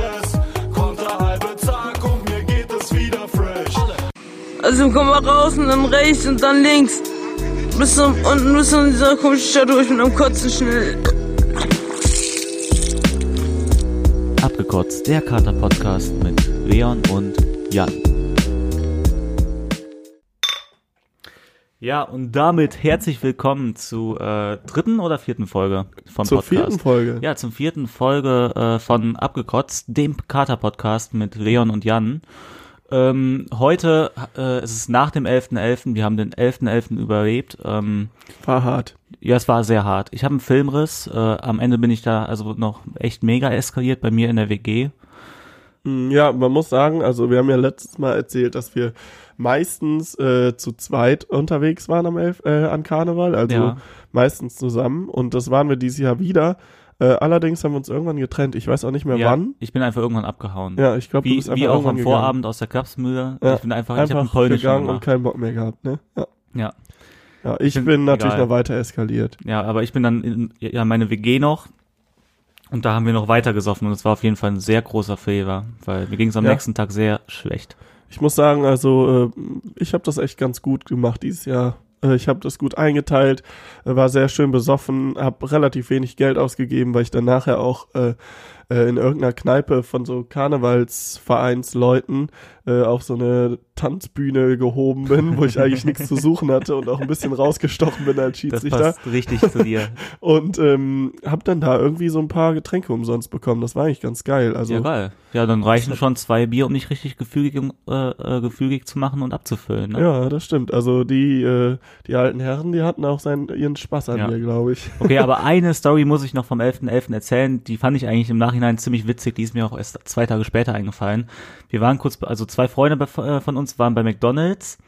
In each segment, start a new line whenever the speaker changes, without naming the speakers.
bisschen, Also komm mal raus und dann rechts und dann links. Bis zum, unten bis in dieser komischen Stadt durch mit einem Kotzen schnell.
Abgekotzt, der Kater-Podcast mit Leon und Jan. Ja, und damit herzlich willkommen zu äh, dritten oder vierten Folge vom
Zur
Podcast.
vierten Folge.
Ja, zum vierten Folge äh, von Abgekotzt, dem Kater-Podcast mit Leon und Jan. Ähm, heute äh, es ist es nach dem 11.11., wir haben den 11.11. überlebt. Ähm,
War hart.
ja, es war sehr hart. Ich habe einen Filmriss. Äh, am Ende bin ich da also noch echt mega eskaliert bei mir in der WG.
Mm, Ja, man muss sagen, also wir haben ja letztes Mal erzählt, dass wir meistens äh, zu zweit unterwegs waren am Elf äh, an Karneval, also
Ja.
meistens zusammen. Und das waren wir dieses Jahr wieder. Äh, allerdings haben wir uns irgendwann getrennt. Ich weiß auch nicht mehr
ja,
wann.
Ich bin einfach irgendwann abgehauen.
Ja, ich glaube, du
wie,
bist einfach
wie auch
irgendwann
am
gegangen.
Vorabend aus der Klapsmühle.
Ja,
ich bin einfach, ich
einfach
habe einen polnischen
gegangen und
gemacht.
keinen Bock mehr gehabt. Ne? Ja.
Ja,
ja, ich
Find-
bin natürlich
egal.
noch weiter eskaliert.
ja, aber ich bin dann in ja, meine WG noch und da haben wir noch weiter gesoffen und es war auf jeden Fall ein sehr großer Fehler, weil mir ging es am
Ja.
nächsten Tag sehr schlecht.
Ich muss sagen, also äh, ich habe das echt ganz gut gemacht dieses Jahr. Äh, Ich habe das gut eingeteilt, äh, war sehr schön besoffen, habe relativ wenig Geld ausgegeben, weil ich dann nachher auch äh, äh, in irgendeiner Kneipe von so Karnevalsvereinsleuten äh, auf so eine Tanzbühne gehoben bin, wo ich eigentlich nichts zu suchen hatte und auch ein bisschen rausgestochen bin als
Das
Schiedsrichter.
passt richtig zu dir.
Und ähm, habe dann da irgendwie so ein paar Getränke umsonst bekommen. Das war eigentlich ganz geil. Also
Ja, geil. Ja, dann reichen schon zwei Bier, um dich richtig gefügig, äh, äh, gefügig zu machen und abzufüllen. Ne?
Ja, das stimmt. Also die, äh, die alten Herren, die hatten auch seinen, ihren Spaß an
Ja.
mir, glaube ich.
Okay, aber eine Story muss ich noch vom 11.11. erzählen. Die fand ich eigentlich im Nachhinein ziemlich witzig. Die ist mir auch erst zwei Tage später eingefallen. Wir waren kurz, also zwei Freunde be- äh, von uns waren bei McDonald's.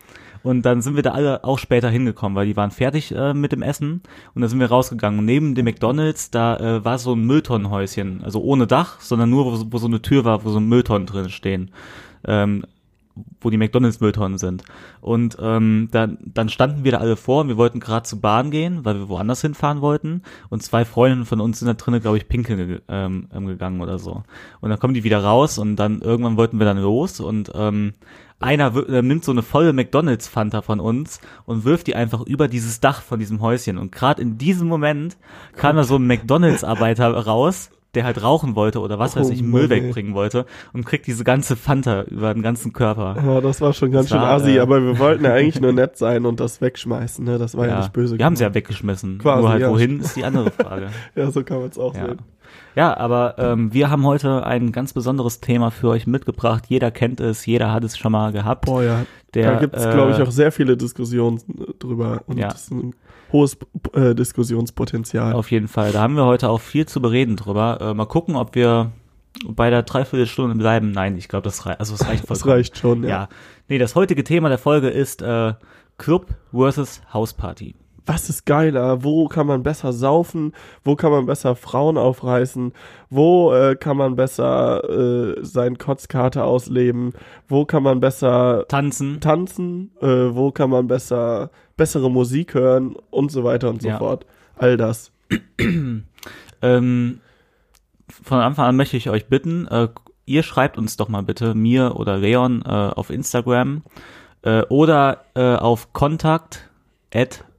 Und dann sind wir da alle auch später hingekommen, weil die waren fertig äh, mit dem Essen. Und dann sind wir rausgegangen. Und neben dem McDonald's, da äh, war so ein Mülltonnenhäuschen. Also ohne Dach, sondern nur, wo, so- wo so eine Tür war, wo so Mülltonnen drin stehen. Ähm, wo die McDonalds-Mülltonnen sind. Und ähm, dann, dann standen wir da alle vor und wir wollten gerade zur Bahn gehen, weil wir woanders hinfahren wollten. Und zwei Freundinnen von uns sind da drinnen, glaube ich, pinkeln ge ähm, ähm, gegangen oder so. Und dann kommen die wieder raus und dann irgendwann wollten wir dann los und ähm, einer wir- äh, nimmt so eine volle McDonalds-Fanta von uns und wirft die einfach über dieses Dach von diesem Häuschen. Und gerade in diesem Moment kam da so ein McDonalds-Arbeiter raus, der halt rauchen wollte oder was weiß
Oh
ich, Müll
Mann, ey.
wegbringen wollte und kriegt diese ganze Fanta über den ganzen Körper.
Ja, das war schon ganz
Das
schön
war,
assi,
äh,
aber wir wollten ja eigentlich nur nett sein und das wegschmeißen, ne? Das war ja, nicht böse.
Wir haben sie ja weggeschmissen.
Quasi,
Nur halt
ja.
wohin ist die andere Frage.
ja, so kann man es auch
ja.
sehen.
ja, aber ähm, wir haben heute ein ganz besonderes Thema für euch mitgebracht. Jeder kennt es, jeder hat es schon mal gehabt.
Boah, ja.
Der,
da gibt es,
äh,
glaube ich, auch sehr viele Diskussionen äh, drüber und
Ja.
das ist ein hohes äh, Diskussionspotenzial.
Auf jeden Fall. Da haben wir heute auch viel zu bereden drüber. Äh, mal gucken, ob wir bei der Dreiviertelstunde bleiben. Nein, ich glaube, das reicht. Also es reicht
das
vollkommen.
reicht schon,
Ja.
ja.
Nee, das heutige Thema der Folge ist äh, Club versus Hausparty.
Was ist geiler? Wo kann man besser saufen? Wo kann man besser Frauen aufreißen? Wo äh, kann man besser äh, seinen Kotzkater ausleben? Wo kann man besser
Tanzen.
tanzen, äh, wo kann man besser bessere Musik hören und so weiter und so
Ja.
fort. All das.
Ähm, von Anfang an möchte ich euch bitten, äh, ihr schreibt uns doch mal bitte, mir oder Leon, äh, auf Instagram äh, oder äh, auf kontakt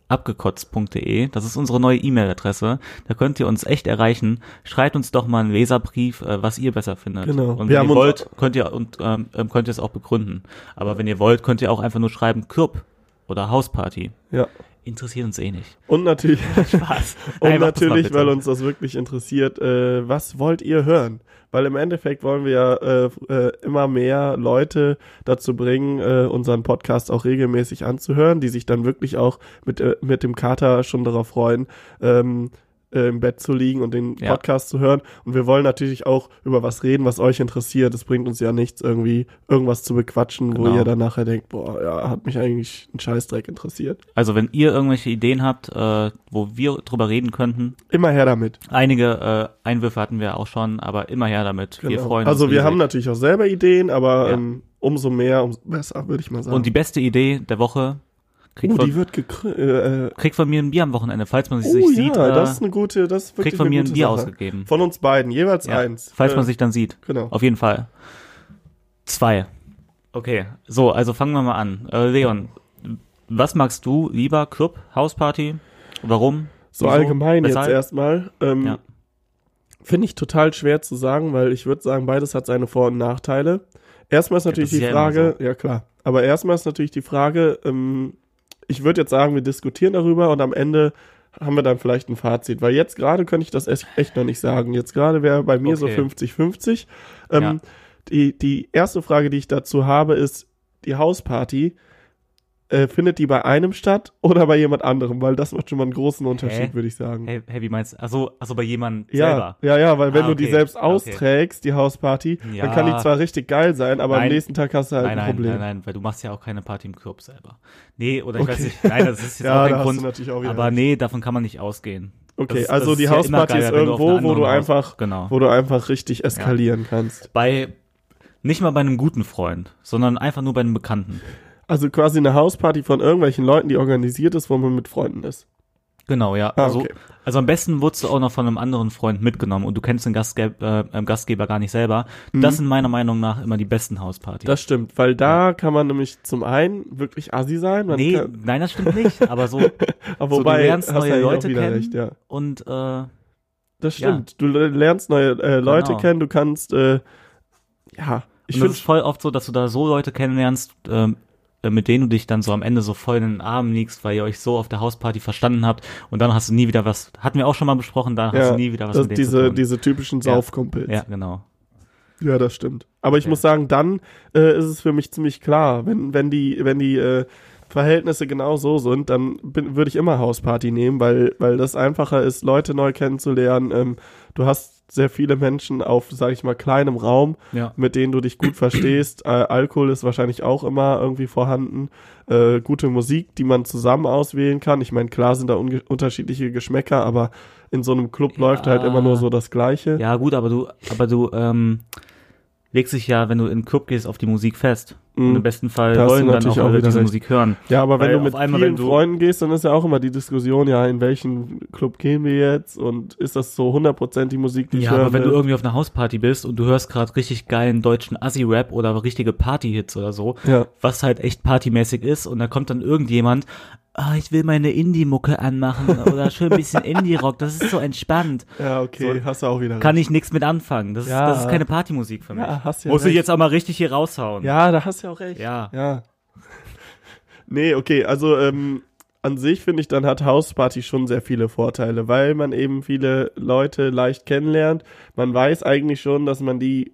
abgekotzt.de. Das ist unsere neue E-Mail-Adresse. Da könnt ihr uns echt erreichen. Schreibt uns doch mal einen Leserbrief, äh, was ihr besser findet.
Genau.
Und wenn
Wir haben
ihr
uns-
wollt, könnt ihr und ähm, ähm, könnt ihr es auch begründen. Aber wenn ihr wollt, könnt ihr auch einfach nur schreiben Club oder Hausparty.
Ja.
Interessiert uns eh nicht.
Und natürlich,
Spaß. Nein,
und
macht das mal
Um natürlich,
bitte.
weil uns das wirklich interessiert, äh, was wollt ihr hören? Weil im Endeffekt wollen wir ja äh, äh, immer mehr Leute dazu bringen, äh, unseren Podcast auch regelmäßig anzuhören, die sich dann wirklich auch mit, äh, mit dem Kater schon darauf freuen, ähm, äh, im Bett zu liegen und den
Ja.
Podcast zu hören. Und wir wollen natürlich auch über was reden, was euch interessiert. Es bringt uns ja nichts, irgendwie irgendwas zu bequatschen,
Genau.
wo ihr dann nachher denkt, boah, ja, hat mich eigentlich ein Scheißdreck interessiert.
Also wenn ihr irgendwelche Ideen habt, äh, wo wir drüber reden könnten,
Immer her damit.
einige äh, Einwürfe hatten wir auch schon, aber immer her damit. Wir
Genau.
freuen uns.
Also wir
riesig.
haben natürlich auch selber Ideen, aber
Ja.
ähm, umso mehr, umso besser, würde ich mal sagen.
und die beste Idee der Woche kriegt,
oh, die
von,
wird gekr- äh, äh,
kriegt von mir ein Bier am Wochenende, falls man sich,
oh,
sich
ja,
sieht.
das ist
äh,
eine gute, das ist
kriegt
wirklich
von
eine
mir ein
gute
Bier
Sache.
ausgegeben.
Von uns beiden, jeweils
ja,
eins.
Falls man
Äh,
sich dann sieht.
Genau.
Auf jeden Fall. Zwei. Okay, so, also fangen wir mal an. Äh, Leon, was magst du lieber? Club, Hausparty? Warum?
So
Wieso?
allgemein jetzt
Weshalb?
erstmal. Ähm,
Ja.
Finde ich total schwer zu sagen, weil ich würde sagen, beides hat seine Vor- und Nachteile. Erstmal ist natürlich
das ist
die
ja immer
Frage, ja klar, aber erstmal ist natürlich die Frage, ähm, ich würde jetzt sagen, wir diskutieren darüber und am Ende haben wir dann vielleicht ein Fazit, weil jetzt gerade könnte ich das echt echt noch nicht sagen. Jetzt gerade wäre bei mir so
Okay.
50-50. Ähm,
Ja.
die, die erste Frage, die ich dazu habe, ist die Hausparty. Äh, findet die bei einem statt oder bei jemand anderem? Weil das macht schon mal einen großen Unterschied, würde ich sagen.
Hey, hey, wie meinst du? Achso, also bei jemandem
Ja, halt
selber.
ja, ja, weil wenn
Ah,
du die
okay.
selbst
Ah, okay.
austrägst, die Hausparty,
Ja.
dann kann die zwar richtig geil sein, aber am
Nein.
nächsten Tag hast du halt
Nein,
ein
nein,
Problem.
nein, nein, weil du machst ja auch keine Party im Club selber. Nee, oder ich
Okay.
weiß nicht, nein, das ist jetzt
Ja,
auch
da
kein
hast
Grund.
du natürlich auch wieder
aber
recht.
nee, davon kann man nicht ausgehen.
Okay,
Das-
also
das
die
ist ja immer
Hausparty
geiler,
ist
wenn du auf
irgendwo,
einer
wo du
anderen Haus-
einfach,
Genau.
wo du einfach richtig eskalieren kannst.
Bei, nicht mal bei einem guten Freund, sondern einfach nur bei einem Bekannten.
Also quasi eine Hausparty von irgendwelchen Leuten, die organisiert ist, wo man mit Freunden ist.
Genau, ja.
Ah,
also,
okay.
also am besten wurdest du auch noch von einem anderen Freund mitgenommen und du kennst den Gastge äh, äh, Gastgeber gar nicht selber. Das sind meiner Meinung nach immer die besten Hauspartys.
Mhm. Das stimmt, weil da kann man nämlich zum einen wirklich assi sein, man
nee,
kann,
nein, das stimmt nicht. Aber so,
aber
so
wobei
du lernst
hast du
neue
eigentlich auch
Leute
wieder
kennen
recht, ja.
und äh,
Das
Ja.
stimmt. Du le- lernst neue äh, Leute
Genau.
kennen, du kannst äh, ja, ich
Ich finde es
finde
voll oft so, dass du da so Leute kennenlernst, ähm, äh, mit denen du dich dann so am Ende so voll in den Armen liegst, weil ihr euch so auf der Hausparty verstanden habt und dann hast du nie wieder was, hatten wir auch schon mal besprochen, dann hast
ja,
du nie wieder was
das,
mit denen zu
diese,
tun.
diese typischen
Ja.
Saufkumpels.
ja, genau.
Ja, das stimmt. Aber ich muss sagen, dann äh, ist es für mich ziemlich klar, wenn, wenn die, wenn die äh, Verhältnisse genau so sind, dann bin- würde ich immer Hausparty nehmen, weil, weil das einfacher ist, Leute neu kennenzulernen. Ähm, du hast sehr viele Menschen auf, sag ich mal, kleinem Raum,
Ja.
mit denen du dich gut verstehst. äh, Alkohol ist wahrscheinlich auch immer irgendwie vorhanden. Äh, gute Musik, die man zusammen auswählen kann. Ich meine, klar sind da unge- unterschiedliche Geschmäcker, aber in so einem Club läuft halt immer nur so das Gleiche.
Ja, gut, aber du, aber du, ähm, legst dich ja, wenn du in den Club gehst, auf die Musik fest.
Mhm.
Und im besten Fall
Da hast du
wollen dann auch
natürlich auch
alle
wieder
diese
recht.
Musik hören.
Ja, aber wenn
Weil
du mit
auf einmal,
vielen
wenn du-
Freunden gehst, dann ist ja auch immer die Diskussion, ja, in welchen Club gehen wir jetzt und ist das so 100% die Musik, die ich
Ja,
höre?
aber wenn du irgendwie auf einer Hausparty bist und du hörst gerade richtig geilen deutschen Assi-Rap oder richtige Party-Hits oder so,
Ja.
was halt echt partymäßig ist und da kommt dann irgendjemand, ah, ich will meine Indie-Mucke anmachen oder schön ein bisschen Indie-Rock, das ist so entspannt.
ja, okay, hast du auch wieder
Kann ich nichts mit anfangen. Das,
Ja.
ist, das ist keine Partymusik für mich.
Ja, hast ja
Muss ich
recht.
jetzt auch mal richtig hier raushauen.
Ja, da hast du ja auch recht.
Ja.
Ja. nee, okay, also ähm, an sich finde ich, dann hat Hausparty schon sehr viele Vorteile, weil man eben viele Leute leicht kennenlernt. Man weiß eigentlich schon, dass man die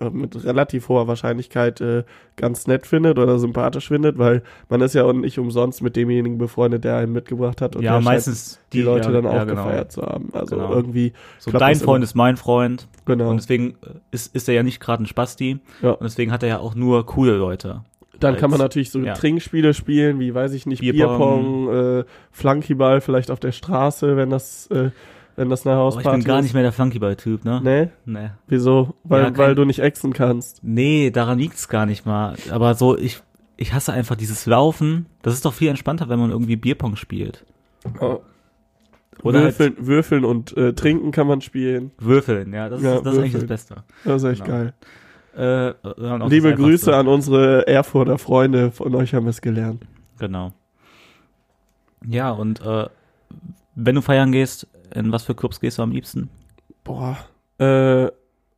äh, mit relativ hoher Wahrscheinlichkeit äh, ganz nett findet oder sympathisch findet, weil man ist ja auch nicht umsonst mit demjenigen befreundet, der einen mitgebracht hat. Und
Ja,
der scheint
meistens
die Leute
ja,
dann auch
ja, genau.
gefeiert zu haben. Also
Genau.
irgendwie.
So,
klappt
dein
das
Freund ist mein Freund
immer. Genau.
und deswegen äh, ist, ist er ja nicht gerade ein Spasti
Ja.
und deswegen hat er ja auch nur coole Leute.
Dann kann man
als-
natürlich so
ja.
Trinkspiele spielen, wie weiß ich nicht, Bierpong,
Bierpong.
äh, Flankyball vielleicht auf der Straße, wenn das, äh, wenn das eine
Aber Oh, ich
Hausparty
bin gar nicht
ist.
mehr der Flunkyball-Typ, ne?
Nee?
nee.
Wieso? Weil,
Ja, kein-
weil du nicht exen kannst.
Nee, daran liegt's gar nicht mal. Aber so, ich, ich hasse einfach dieses Laufen. Das ist doch viel entspannter, wenn man irgendwie Bierpong spielt. Oder
Oh. würfeln, würfeln und äh, trinken kann man spielen.
halt Würfeln, ja. Das,
Ja,
ist, das ist eigentlich das
würfeln.
Beste.
Das ist echt
Genau.
geil.
Äh, und auch
Liebe
das Einfachste.
Grüße an unsere Erfurter Freunde, von euch haben wir es gelernt.
Genau. Ja, und äh, wenn du feiern gehst, in was für Clubs gehst du am liebsten?
Boah. Äh,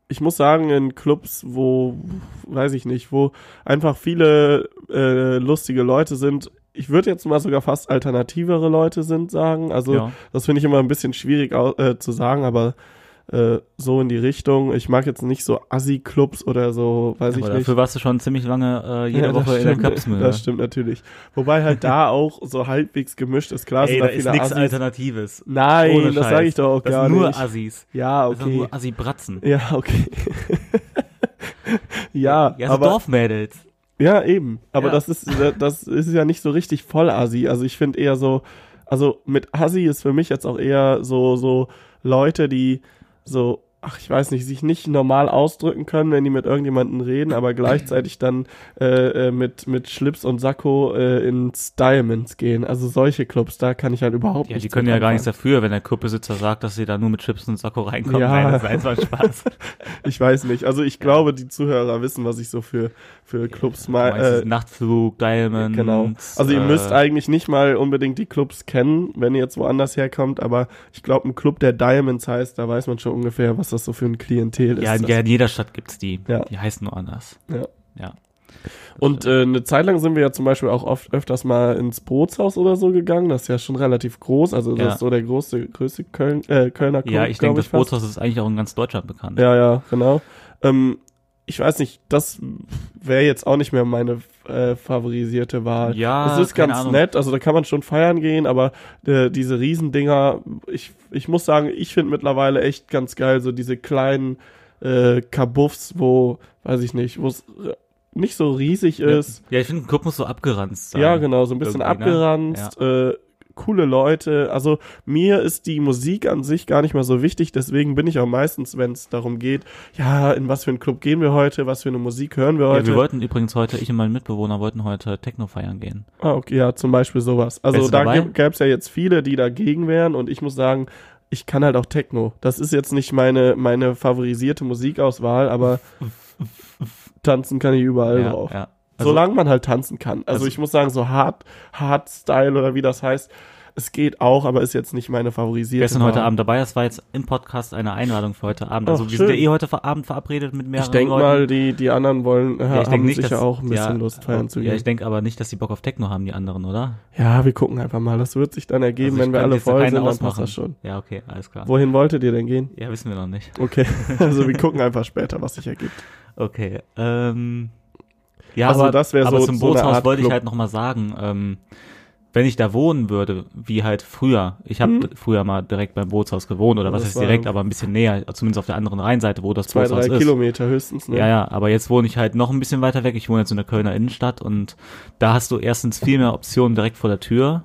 ich muss sagen, in Clubs, wo, weiß ich nicht, wo einfach viele äh, lustige Leute sind, ich würde jetzt mal sogar fast alternativere Leute sind, sagen. Also
Ja.
das finde ich immer ein bisschen schwierig au- äh, zu sagen, aber äh, so in die Richtung. Ich mag jetzt nicht so Assi-Clubs oder so, weiß ich
Aber
nicht.
dafür warst du schon ziemlich lange äh, jede
Ja, das
Woche in der
stimmt, Das
Klapsmühle.
stimmt natürlich. Wobei halt da auch so halbwegs gemischt ist. Klar, sind da viele
nix
Assis.
Alternatives. Ohne
Nein, das
Scheiß.
sage ich doch auch
Das
gar
sind nur
nicht.
Assis.
Ja,
Das sind
okay.
nur Assi-Bratzen.
Ja, okay. ja,
Ja, so
aber
Dorfmädels.
ja eben. Aber
Ja.
das ist das ist ja nicht so richtig voll Assi. Also ich finde eher so, also mit Assi ist für mich jetzt auch eher so so Leute, die so ach, ich weiß nicht, sich nicht normal ausdrücken können, wenn die mit irgendjemandem reden, aber gleichzeitig dann äh, äh, mit, mit Schlips und Sakko äh, ins Diamonds gehen. Also solche Clubs, da kann ich halt überhaupt
Ja,
nicht.
die können ja gar nichts dafür, wenn der Clubbesitzer sagt, dass sie da nur mit Chips und Sakko reinkommen.
Ja.
Nein, das war jetzt mal Spaß.
Ich weiß nicht. Also ich glaube, die Zuhörer wissen, was ich so für, für Clubs
Du meinst,
mal.
das
Äh,
Nachtflug, Diamonds.
Genau. Also ihr müsst
äh,
eigentlich nicht mal unbedingt die Clubs kennen, wenn ihr jetzt woanders herkommt, aber ich glaube, ein Club, der Diamonds heißt, da weiß man schon ungefähr, was das so für ein Klientel ist.
ja, in-
Das-
ja, in jeder Stadt gibt's die.
Ja.
Die heißen nur anders.
Ja.
Ja.
Und äh, eine Zeit lang sind wir ja zum Beispiel auch oft öfters mal ins Brotshaus oder so gegangen. Das ist ja schon relativ groß. Also das
Ja.
ist so der größte, größte Köln, äh, Kölner Club.
Ja, ich
glaub
denke, das
fast.
Bootshaus ist eigentlich auch in ganz Deutschland bekannt.
Ja, ja, genau. Ähm, ich weiß nicht, das wäre jetzt auch nicht mehr meine äh, favorisierte Wahl.
Ja,
es ist
keine
ganz
Ahnung.
nett, also da kann man schon feiern gehen, aber äh, diese Riesendinger, ich, ich muss sagen, ich finde mittlerweile echt ganz geil, so diese kleinen äh, Kabuffs, wo, weiß ich nicht, wo es äh, nicht so riesig ist.
Ja, ich finde, ein Club muss so abgeranzt sein.
Ja, genau, so ein bisschen
Irgendwie, ne?
abgeranzt, äh, coole Leute. Also mir ist die Musik an sich gar nicht mal so wichtig, deswegen bin ich auch meistens, wenn es darum geht, ja, in was für einen Club gehen wir heute, was für eine Musik hören wir
Ja,
heute.
wir wollten übrigens heute, ich und mein Mitbewohner wollten heute Techno feiern gehen.
ah, okay, ja, zum Beispiel sowas. Also
Wärst du
da
dabei?
gäbe es ja jetzt viele, die dagegen wären und ich muss sagen, ich kann halt auch Techno. Das ist jetzt nicht meine, meine favorisierte Musikauswahl, aber tanzen kann ich überall
ja,
drauf.
ja. Also,
Solange man halt tanzen kann. Also,
Also-
ich muss sagen, so Hard, Hardstyle oder wie das heißt, es geht auch, aber ist jetzt nicht meine favorisierte.
wer ist denn heute
Wahl.
Abend dabei? Das war jetzt im Podcast eine Einladung für heute Abend. Also
Ach,
wir sind ja
schön.
eh heute ver- Abend verabredet mit mehreren
Ich denke
Leuten.
mal, die, die anderen wollen, äh,
ja, ich
haben
denke nicht,
sicher
dass,
auch ein bisschen
ja, oh,
Lust, feiern zu
Ja,
gehen.
ich denke aber nicht, dass die Bock auf Techno haben, die anderen, oder?
Ja, wir gucken einfach mal. Das wird sich dann ergeben,
Also ich
wenn wir
könnte
alle
jetzt da
voll
keinen
sind, dann passt
ausmachen.
das schon.
Ja, okay, alles klar.
Wohin wolltet ihr denn gehen?
Ja, wissen wir noch nicht.
Okay, also wir gucken einfach später, was sich ergibt.
Okay. Ähm, ja,
Also
aber,
das wär
aber
so-
zum
so eine
Bootshaus
Art
wollte ich
Club.
halt nochmal sagen, ähm, wenn ich da wohnen würde, wie halt früher, ich habe früher mal direkt beim Bootshaus gewohnt, oder was
Mhm. Das
ist
war-
direkt, aber ein bisschen näher, zumindest auf der anderen Rheinseite, wo das
Zwei,
Bootshaus
drei
ist.
Kilometer höchstens, ne?
Ja, ja, aber jetzt wohne ich halt noch ein bisschen weiter weg. Ich wohne jetzt in der Kölner Innenstadt und da hast du erstens viel mehr Optionen direkt vor der Tür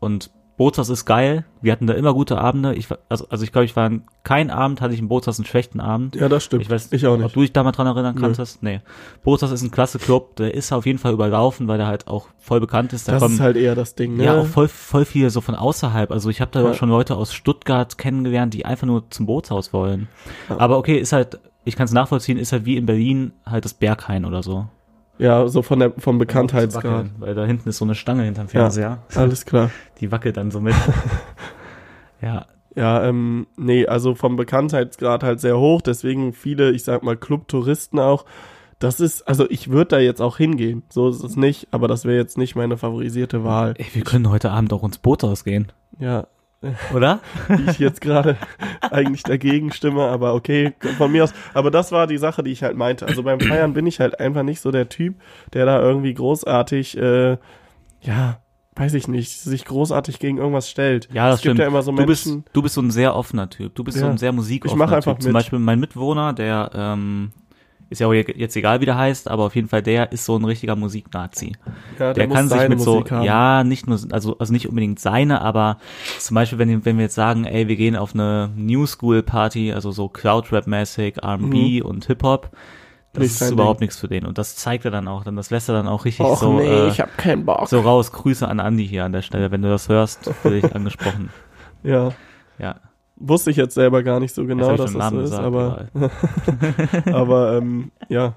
und Bootshaus ist geil. Wir hatten da immer gute Abende. Ich, war- also, also ich glaube, ich war an keinen Abend, hatte ich im Bootshaus einen schlechten Abend.
Ja, das stimmt.
Ich weiß
ich auch
ob
nicht.
du dich da mal dran erinnern
Nö.
kannst. Nee. Bootshaus ist ein klasse Club. Der ist auf jeden Fall überlaufen, weil der halt auch voll bekannt ist. Da
Das
kommen
ist halt eher das Ding, ne?
ja, auch voll, voll viele so von außerhalb. Also ich habe da
Ja.
schon Leute aus Stuttgart kennengelernt, die einfach nur zum Bootshaus wollen. Aber okay, ist halt, ich kann es nachvollziehen, ist halt wie in Berlin halt das Berghain oder so.
ja, so von der, vom Bekanntheitsgrad.
Weil da hinten ist so eine Stange hinterm Fernseher.
Alles klar.
Die wackelt dann so mit. ja,
Ja, ähm, nee, also vom Bekanntheitsgrad halt sehr hoch, deswegen viele, ich sag mal, Clubtouristen auch. Das ist, also ich würde da jetzt auch hingehen, so ist es nicht, aber das wäre jetzt nicht meine favorisierte Wahl.
ey, wir können heute Abend auch ins Bootshaus gehen,
Ja,
oder?
die ich jetzt gerade eigentlich dagegen stimme, aber okay, von mir aus. Aber das war die Sache, die ich halt meinte. Also beim Feiern bin ich halt einfach nicht so der Typ, der da irgendwie großartig, äh, ja, weiß ich nicht, sich großartig gegen irgendwas stellt.
Ja, das
es gibt
stimmt.
ja immer so
du, bist,
Menschen.
du bist so ein sehr offener Typ. Du bist so
Ja.
ein sehr musikoffener
Ich mach einfach
Typ. Zum
mit.
Beispiel mein Mitbewohner, der ähm, ist ja auch je- jetzt egal, wie der heißt, aber auf jeden Fall der ist so ein richtiger Musiknazi.
ja,
Der,
muss
kann sich
seine
mit so,
Musik haben.
ja, nicht nur, also, also nicht unbedingt seine, aber zum Beispiel, wenn, wenn wir jetzt sagen, ey, wir gehen auf eine New School Party, also so Cloud-Rap-mäßig, R&B und Hip-Hop, das
Nicht sein
ist überhaupt nichts für den. Und das zeigt er dann auch, dann das lässt er dann auch richtig
Och
so,
nee,
äh,
ich hab keinen Bock.
so raus. Grüße an Andi hier an der Stelle, wenn du das hörst, fühle ich angesprochen.
Ja.
Ja.
Wusste ich jetzt selber gar nicht so genau,
Jetzt hab
dass
ich
das so
schon
ist,
den
aber,
Namen gesagt,
aber ähm, ja.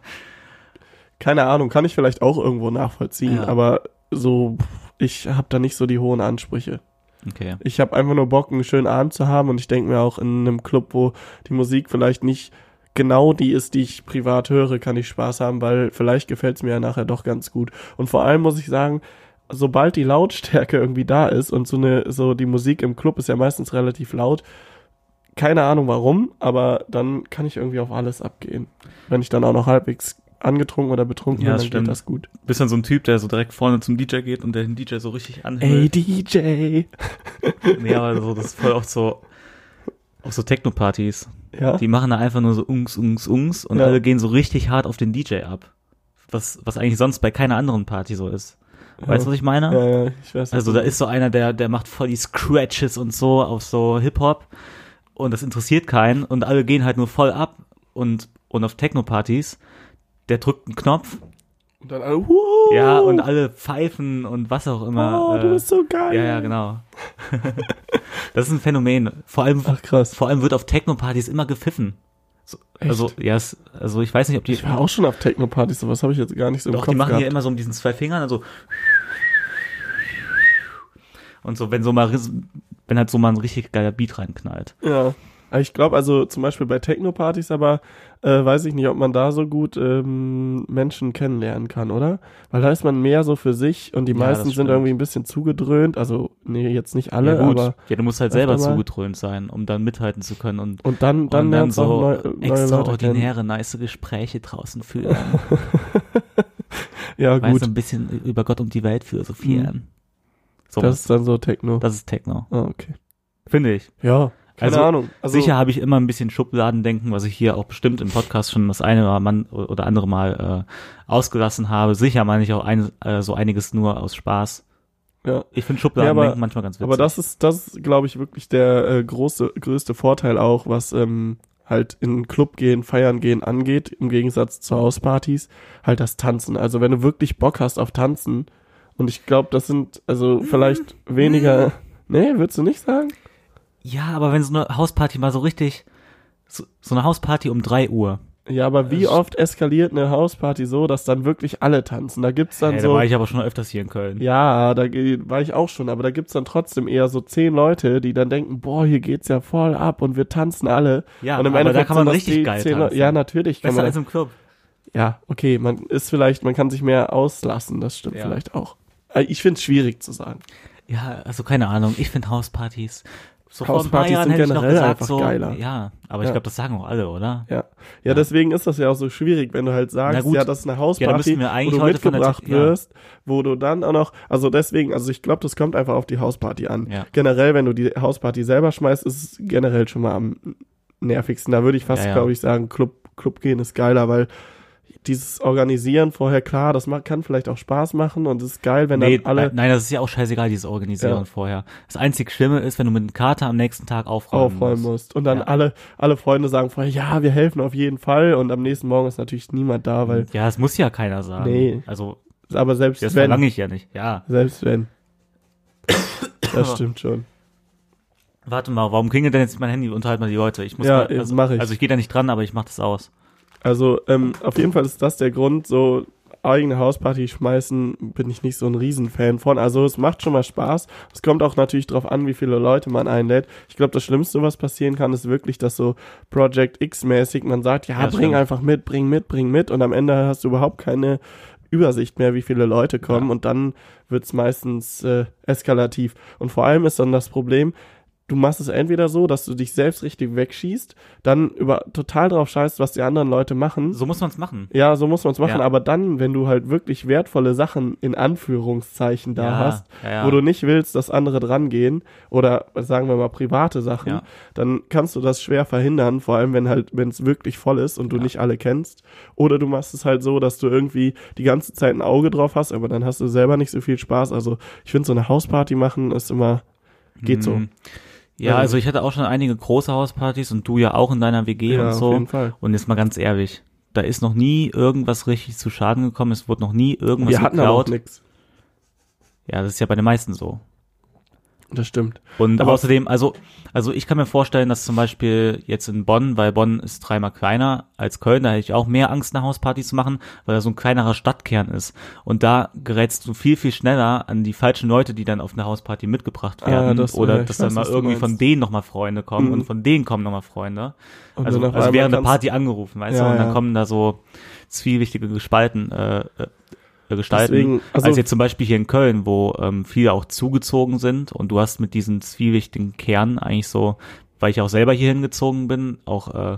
Keine Ahnung, kann ich vielleicht auch irgendwo nachvollziehen,
Ja.
aber so, pff, ich habe da nicht so die hohen Ansprüche.
Okay.
Ich habe einfach nur Bock, einen schönen Abend zu haben und ich denke mir auch in einem Club, wo die Musik vielleicht nicht genau die ist, die ich privat höre, kann ich Spaß haben, weil vielleicht gefällt es mir ja nachher doch ganz gut. Und vor allem muss ich sagen, sobald die Lautstärke irgendwie da ist und so eine, so die Musik im Club ist ja meistens relativ laut, keine Ahnung warum, aber dann kann ich irgendwie auf alles abgehen. Wenn ich dann auch noch halbwegs angetrunken oder betrunken
Ja,
bin,
das
dann
stimmt.
geht das gut.
Bist dann so ein Typ, der so direkt vorne zum DJ geht und der den DJ so richtig
Ey,
anhält.
DJ!
Nee, aber so, das ist voll oft so, auf so Techno-Partys.
Ja,
Die machen da einfach nur so ungs, ungs, ungs und
Ja.
alle gehen so richtig hart auf den DJ ab. Was, was eigentlich sonst bei keiner anderen Party so ist. Weißt du, was ich meine?
ja, ja, äh, ich weiß.
Also da ist so einer, der, der macht voll die Scratches und so auf so Hip-Hop. und das interessiert keinen und alle gehen halt nur voll ab und, und auf Techno-Partys. Der drückt einen Knopf,
Und dann alle, wow,
ja, und alle pfeifen und was auch immer.
oh, du
äh,
bist so geil.
ja, ja, genau. das ist ein Phänomen. Vor allem,
Ach, krass.
vor allem wird auf Techno-Partys immer gepfiffen. So,
Echt?
also, ja, es, also ich weiß nicht, ob die.
Ich war auch schon auf Techno-Partys, sowas habe ich jetzt gar nicht so im
Doch,
Kopf
die machen
gehabt.
ja immer so mit diesen zwei Fingern, also. Und so, wenn so mal, ris- wenn halt so mal ein richtig geiler Beat reinknallt.
Ja. Aber ich glaube, also zum Beispiel bei Techno-Partys, aber äh, weiß ich nicht, ob man da so gut ähm, Menschen kennenlernen kann, oder? Weil da ist man mehr so für sich und die
Ja,
meisten
das
sind
stimmt.
irgendwie ein bisschen zugedröhnt. Also, nee, jetzt nicht alle,
ja,
aber.
ja, du musst halt
öfter
selber
mal.
zugedröhnt sein, um dann mithalten zu können und
Und dann, dann
und
lernst du auch
so
neu, neue Leute kennen.
extraordinäre, nice Gespräche draußen führen.
Ja,
Weißt du,
gut. Mhm.
ein bisschen über Gott und die Welt philosophieren. So,
Das
das,
ist dann so Techno.
das ist Techno.
Ah, okay.
Finde ich.
Ja, keine
Also,
Ahnung. Also,
Sicher habe ich immer ein bisschen Schubladendenken, was ich hier auch bestimmt im Podcast schon das eine oder, man, oder andere Mal äh, ausgelassen habe. Sicher meine ich auch ein, äh, so einiges nur aus Spaß.
Ja.
Ich finde Schubladendenken
Ja, aber-
manchmal ganz witzig.
Aber das ist, das ist, glaube ich, wirklich der äh, große, größte Vorteil auch, was ähm, halt in den Club gehen, feiern gehen angeht, im Gegensatz zu Hauspartys, halt das Tanzen. Also wenn du wirklich Bock hast auf Tanzen, und ich glaube, das sind also vielleicht weniger. Nee, würdest du nicht sagen?
ja, aber wenn so eine Hausparty mal so richtig, so, so eine Hausparty um 3 Uhr.
Ja, aber wie oft eskaliert eine Hausparty so, dass dann wirklich alle tanzen? Da gibt's dann
Ey, da
so.
war ich aber schon öfters hier in Köln.
Ja, da ge- war ich auch schon, aber da gibt's dann trotzdem eher so zehn Leute, die dann denken, boah, hier geht's ja voll ab und wir tanzen alle.
Ja,
und
aber da
Endeffekt
kann man
sind das
richtig
die
geil
zehn Leute-
tanzen. also
Ja, natürlich kann
Besser
man.
als im Club.
ja, okay, man ist vielleicht, man kann sich mehr auslassen, das stimmt
Ja.
vielleicht auch. Äh, Ich find's schwierig zu sagen.
Ja, also keine Ahnung. Ich finde Hauspartys. So
Hauspartys sind generell einfach geiler.
Ja, aber ich
Ja.
glaube, das sagen auch alle, oder?
Ja. ja, deswegen ist das ja auch so schwierig, wenn du halt
Na
sagst,
gut.
ja, das ist eine Hausparty,
müssen wir eigentlich
wo du
heute von der
mitgebracht
Te- ja.
wirst, wo du dann auch noch, also deswegen, also ich glaube, das kommt einfach auf die Hausparty an.
Ja.
Generell, wenn du die Hausparty selber schmeißt, ist es generell schon mal am nervigsten. Da würde ich fast,
Ja, ja.
glaube ich, sagen, Club, Club gehen ist geiler, weil dieses Organisieren vorher, klar, das macht, kann vielleicht auch Spaß machen und es ist geil, wenn
Nee,
dann alle
nein, nein, das ist ja auch scheißegal, dieses Organisieren
Ja.
vorher. Das einzig Schlimme ist, wenn du mit einem Kater am nächsten Tag aufräumen,
aufräumen
musst.
musst. Und dann
Ja.
alle, alle Freunde sagen vorher, ja, wir helfen auf jeden Fall und am nächsten Morgen ist natürlich niemand da, weil,
Ja, das muss ja keiner sagen.
Nee.
Also,
aber selbst
das
wenn.
verlange ich ja nicht. Ja.
Selbst wenn. Das stimmt schon.
Warte mal, warum klingelt denn jetzt mein Handy? Unterhalt mal die Leute. Ich muss
Ja,
mal,
eben,
also,
mach ich.
Also ich gehe da nicht dran, aber ich mach das aus.
Also ähm, auf jeden Fall ist das der Grund, so eigene Hausparty schmeißen, bin ich nicht so ein Riesenfan von. Also es macht schon mal Spaß. Es kommt auch natürlich drauf an, wie viele Leute man einlädt. Ich glaube, das Schlimmste, was passieren kann, ist wirklich, dass so Project X-mäßig man sagt, ja,
Ja,
bring
stimmt.
einfach mit, bring mit, bring mit und am Ende hast du überhaupt keine Übersicht mehr, wie viele Leute kommen und dann wird's meistens äh, eskalativ. Und vor allem ist dann das Problem, du machst es entweder so, dass du dich selbst richtig wegschießt, dann über total drauf scheißt, was die anderen Leute machen.
So muss man's machen.
Ja, so muss man's machen,
Ja.
aber dann, wenn du halt wirklich wertvolle Sachen in Anführungszeichen da
Ja,
hast,
ja, ja.
wo du nicht willst, dass andere dran gehen oder sagen wir mal private Sachen,
Ja.
dann kannst du das schwer verhindern, vor allem wenn halt wenn es wirklich voll ist und du nicht alle kennst oder du machst es halt so, dass du irgendwie die ganze Zeit ein Auge drauf hast, aber dann hast du selber nicht so viel Spaß, also ich finde so eine Hausparty machen ist immer geht so.
Hm. Ja, also ich hatte auch schon einige große Hauspartys und du ja auch in deiner WG
Ja,
und so.
auf jeden Fall.
Und jetzt mal ganz ehrlich, da ist noch nie irgendwas richtig zu Schaden gekommen. Es wurde noch nie irgendwas
Wir hatten aber auch
geklaut.
nichts.
Ja, das ist ja bei den meisten so.
Das stimmt.
Und
Aber-
außerdem, also, also ich kann mir vorstellen, dass zum Beispiel jetzt in Bonn, weil Bonn ist dreimal kleiner als Köln, da hätte ich auch mehr Angst, eine Hausparty zu machen, weil da so ein kleinerer Stadtkern ist. Und da gerätst du viel, viel schneller an die falschen Leute, die dann auf eine Hausparty mitgebracht
Ah,
werden.
das-
Oder
ja, ich
dass
weiß,
dann mal
was du
irgendwie von
meinst.
denen nochmal Freunde kommen
Mhm.
und von denen kommen nochmal Freunde.
Und
also
dann auf
also
einmal
während der
kannst-
Party angerufen, weißt
Ja,
du, und dann
ja.
kommen da so zwielichtige Gespalten, äh, äh, gestalten.
Deswegen, also-
als jetzt zum Beispiel hier in Köln, wo ähm, viele auch zugezogen sind und du hast mit diesen zwielichtigen Kernen eigentlich so, weil ich auch selber hier hingezogen bin, auch äh,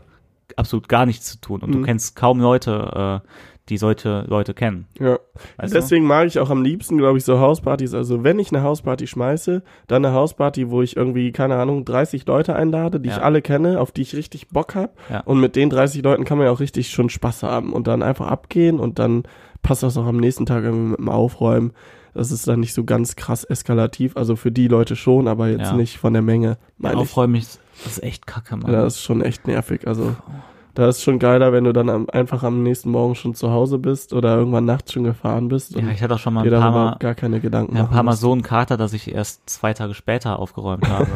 absolut gar nichts zu tun. Und du
Mhm.
kennst kaum Leute, äh, die solche Leute kennen.
Ja.
Weißt
Deswegen mag ich auch am liebsten, glaube ich, so Hauspartys. Also wenn ich eine Hausparty schmeiße, dann eine Hausparty, wo ich irgendwie, keine Ahnung, 30 Leute einlade, die ich
Ja.
alle kenne, auf die ich richtig Bock habe.
Ja.
Und mit den 30 Leuten kann man ja auch richtig schon Spaß haben und dann einfach abgehen und dann passt das auch am nächsten Tag irgendwie mit dem Aufräumen. Das ist dann nicht so ganz krass eskalativ, also für die Leute schon, aber jetzt
Ja.
nicht von der Menge,
du?
meine ich.
Aufräumen ist, Das ist echt kacke, Mann. Oh.
Ja, das ist schon echt nervig. Also da ist schon geiler, wenn du dann am, einfach am nächsten Morgen schon zu Hause bist oder irgendwann nachts schon gefahren bist und
ja, ich hatte auch schon mal
dir
ein paar
darüber
Mal,
gar keine Gedanken
ja, ein
machen
paar Mal
musst.
so einen Kater, dass ich erst zwei Tage später aufgeräumt habe.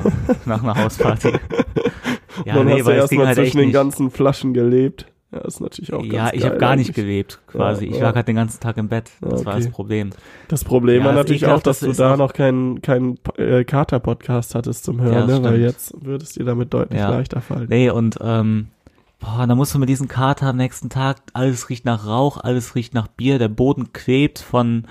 nach einer Hausparty. Ja,
dann
nee,
hast
weil es
du
ging
erstmal
halt echt
zwischen den
nicht.
ganzen Flaschen gelebt. Ja, ist natürlich auch
Ja,
ganz
ich
geil
habe gar nicht
eigentlich.
gelebt, quasi.
Ja,
ich
ja.
lag halt den ganzen Tag im Bett.
Ja,
Das war das
okay.
Problem.
Das Problem
Ja,
war
das
natürlich
Ekelhaft,
auch, dass
das
du
ist
da
noch-
noch keinen keinen äh, Kater-Podcast hattest zum
Ja,
Hören,
das
ne? weil
stimmt.
jetzt würdest dir damit deutlich
Ja.
leichter fallen.
Nee, und ähm, boah, da musst du mit diesem Kater am nächsten Tag, alles riecht nach Rauch, alles riecht nach Bier, der Boden klebt von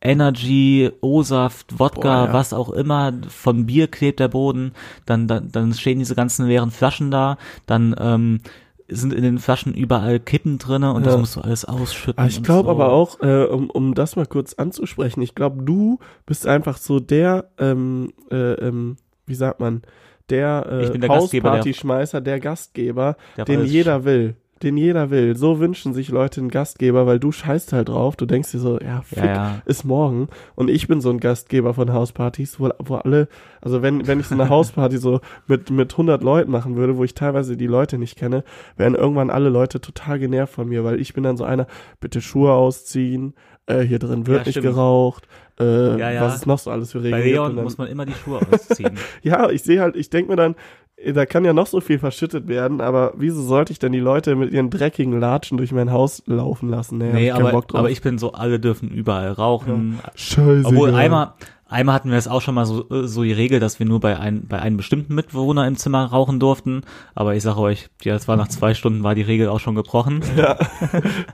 Energy, O-Saft, Wodka,
Boah, ja.
was auch immer, von Bier klebt der Boden, dann, dann, dann stehen diese ganzen leeren Flaschen da, dann ähm, sind in den Flaschen überall Kippen drinne und das
Ja.
musst du alles ausschütten.
Aber Ah, ich
und
glaube
so.
aber auch, äh, um, um das mal kurz anzusprechen, ich glaube, du bist einfach so der, ähm, äh, ähm, wie sagt man, der,
Ich
äh,
bin der Gastgeber, der-
Hauspartyschmeißer, der Gastgeber,
Der
den
weiß-
jeder will. Den jeder will. So wünschen sich Leute einen Gastgeber, weil du scheißt halt drauf. Du denkst dir so, ja, fick,
Ja, ja.
ist morgen. Und ich bin so ein Gastgeber von Hauspartys, wo, wo alle, also wenn, wenn ich so eine Hausparty so mit, mit 100 Leuten machen würde, wo ich teilweise die Leute nicht kenne, wären irgendwann alle Leute total genervt von mir, weil ich bin dann so einer, bitte Schuhe ausziehen, äh, hier drin wird
Ja,
nicht
stimmt.
geraucht, äh,
Ja, ja.
was ist noch so alles für
Bei
Regeln? gibt.
Leon
Und dann-
muss man immer die Schuhe ausziehen.
ja, ich sehe halt, ich denke mir dann, eh, da kann ja noch so viel verschüttet werden, aber wieso sollte ich denn die Leute mit ihren dreckigen Latschen durch mein Haus laufen lassen? Nee, hab
nee,
ich keinen
aber,
Bock drauf.
aber ich bin so, alle dürfen überall rauchen,
Scheiße.
Obwohl einmal, einmal hatten wir es auch schon mal so, äh, so die Regel, dass wir nur bei, ein, bei einem bestimmten Mitbewohner im Zimmer rauchen durften. Aber ich sage euch, ja, das war nach zwei Stunden war die Regel auch schon gebrochen.
Ja,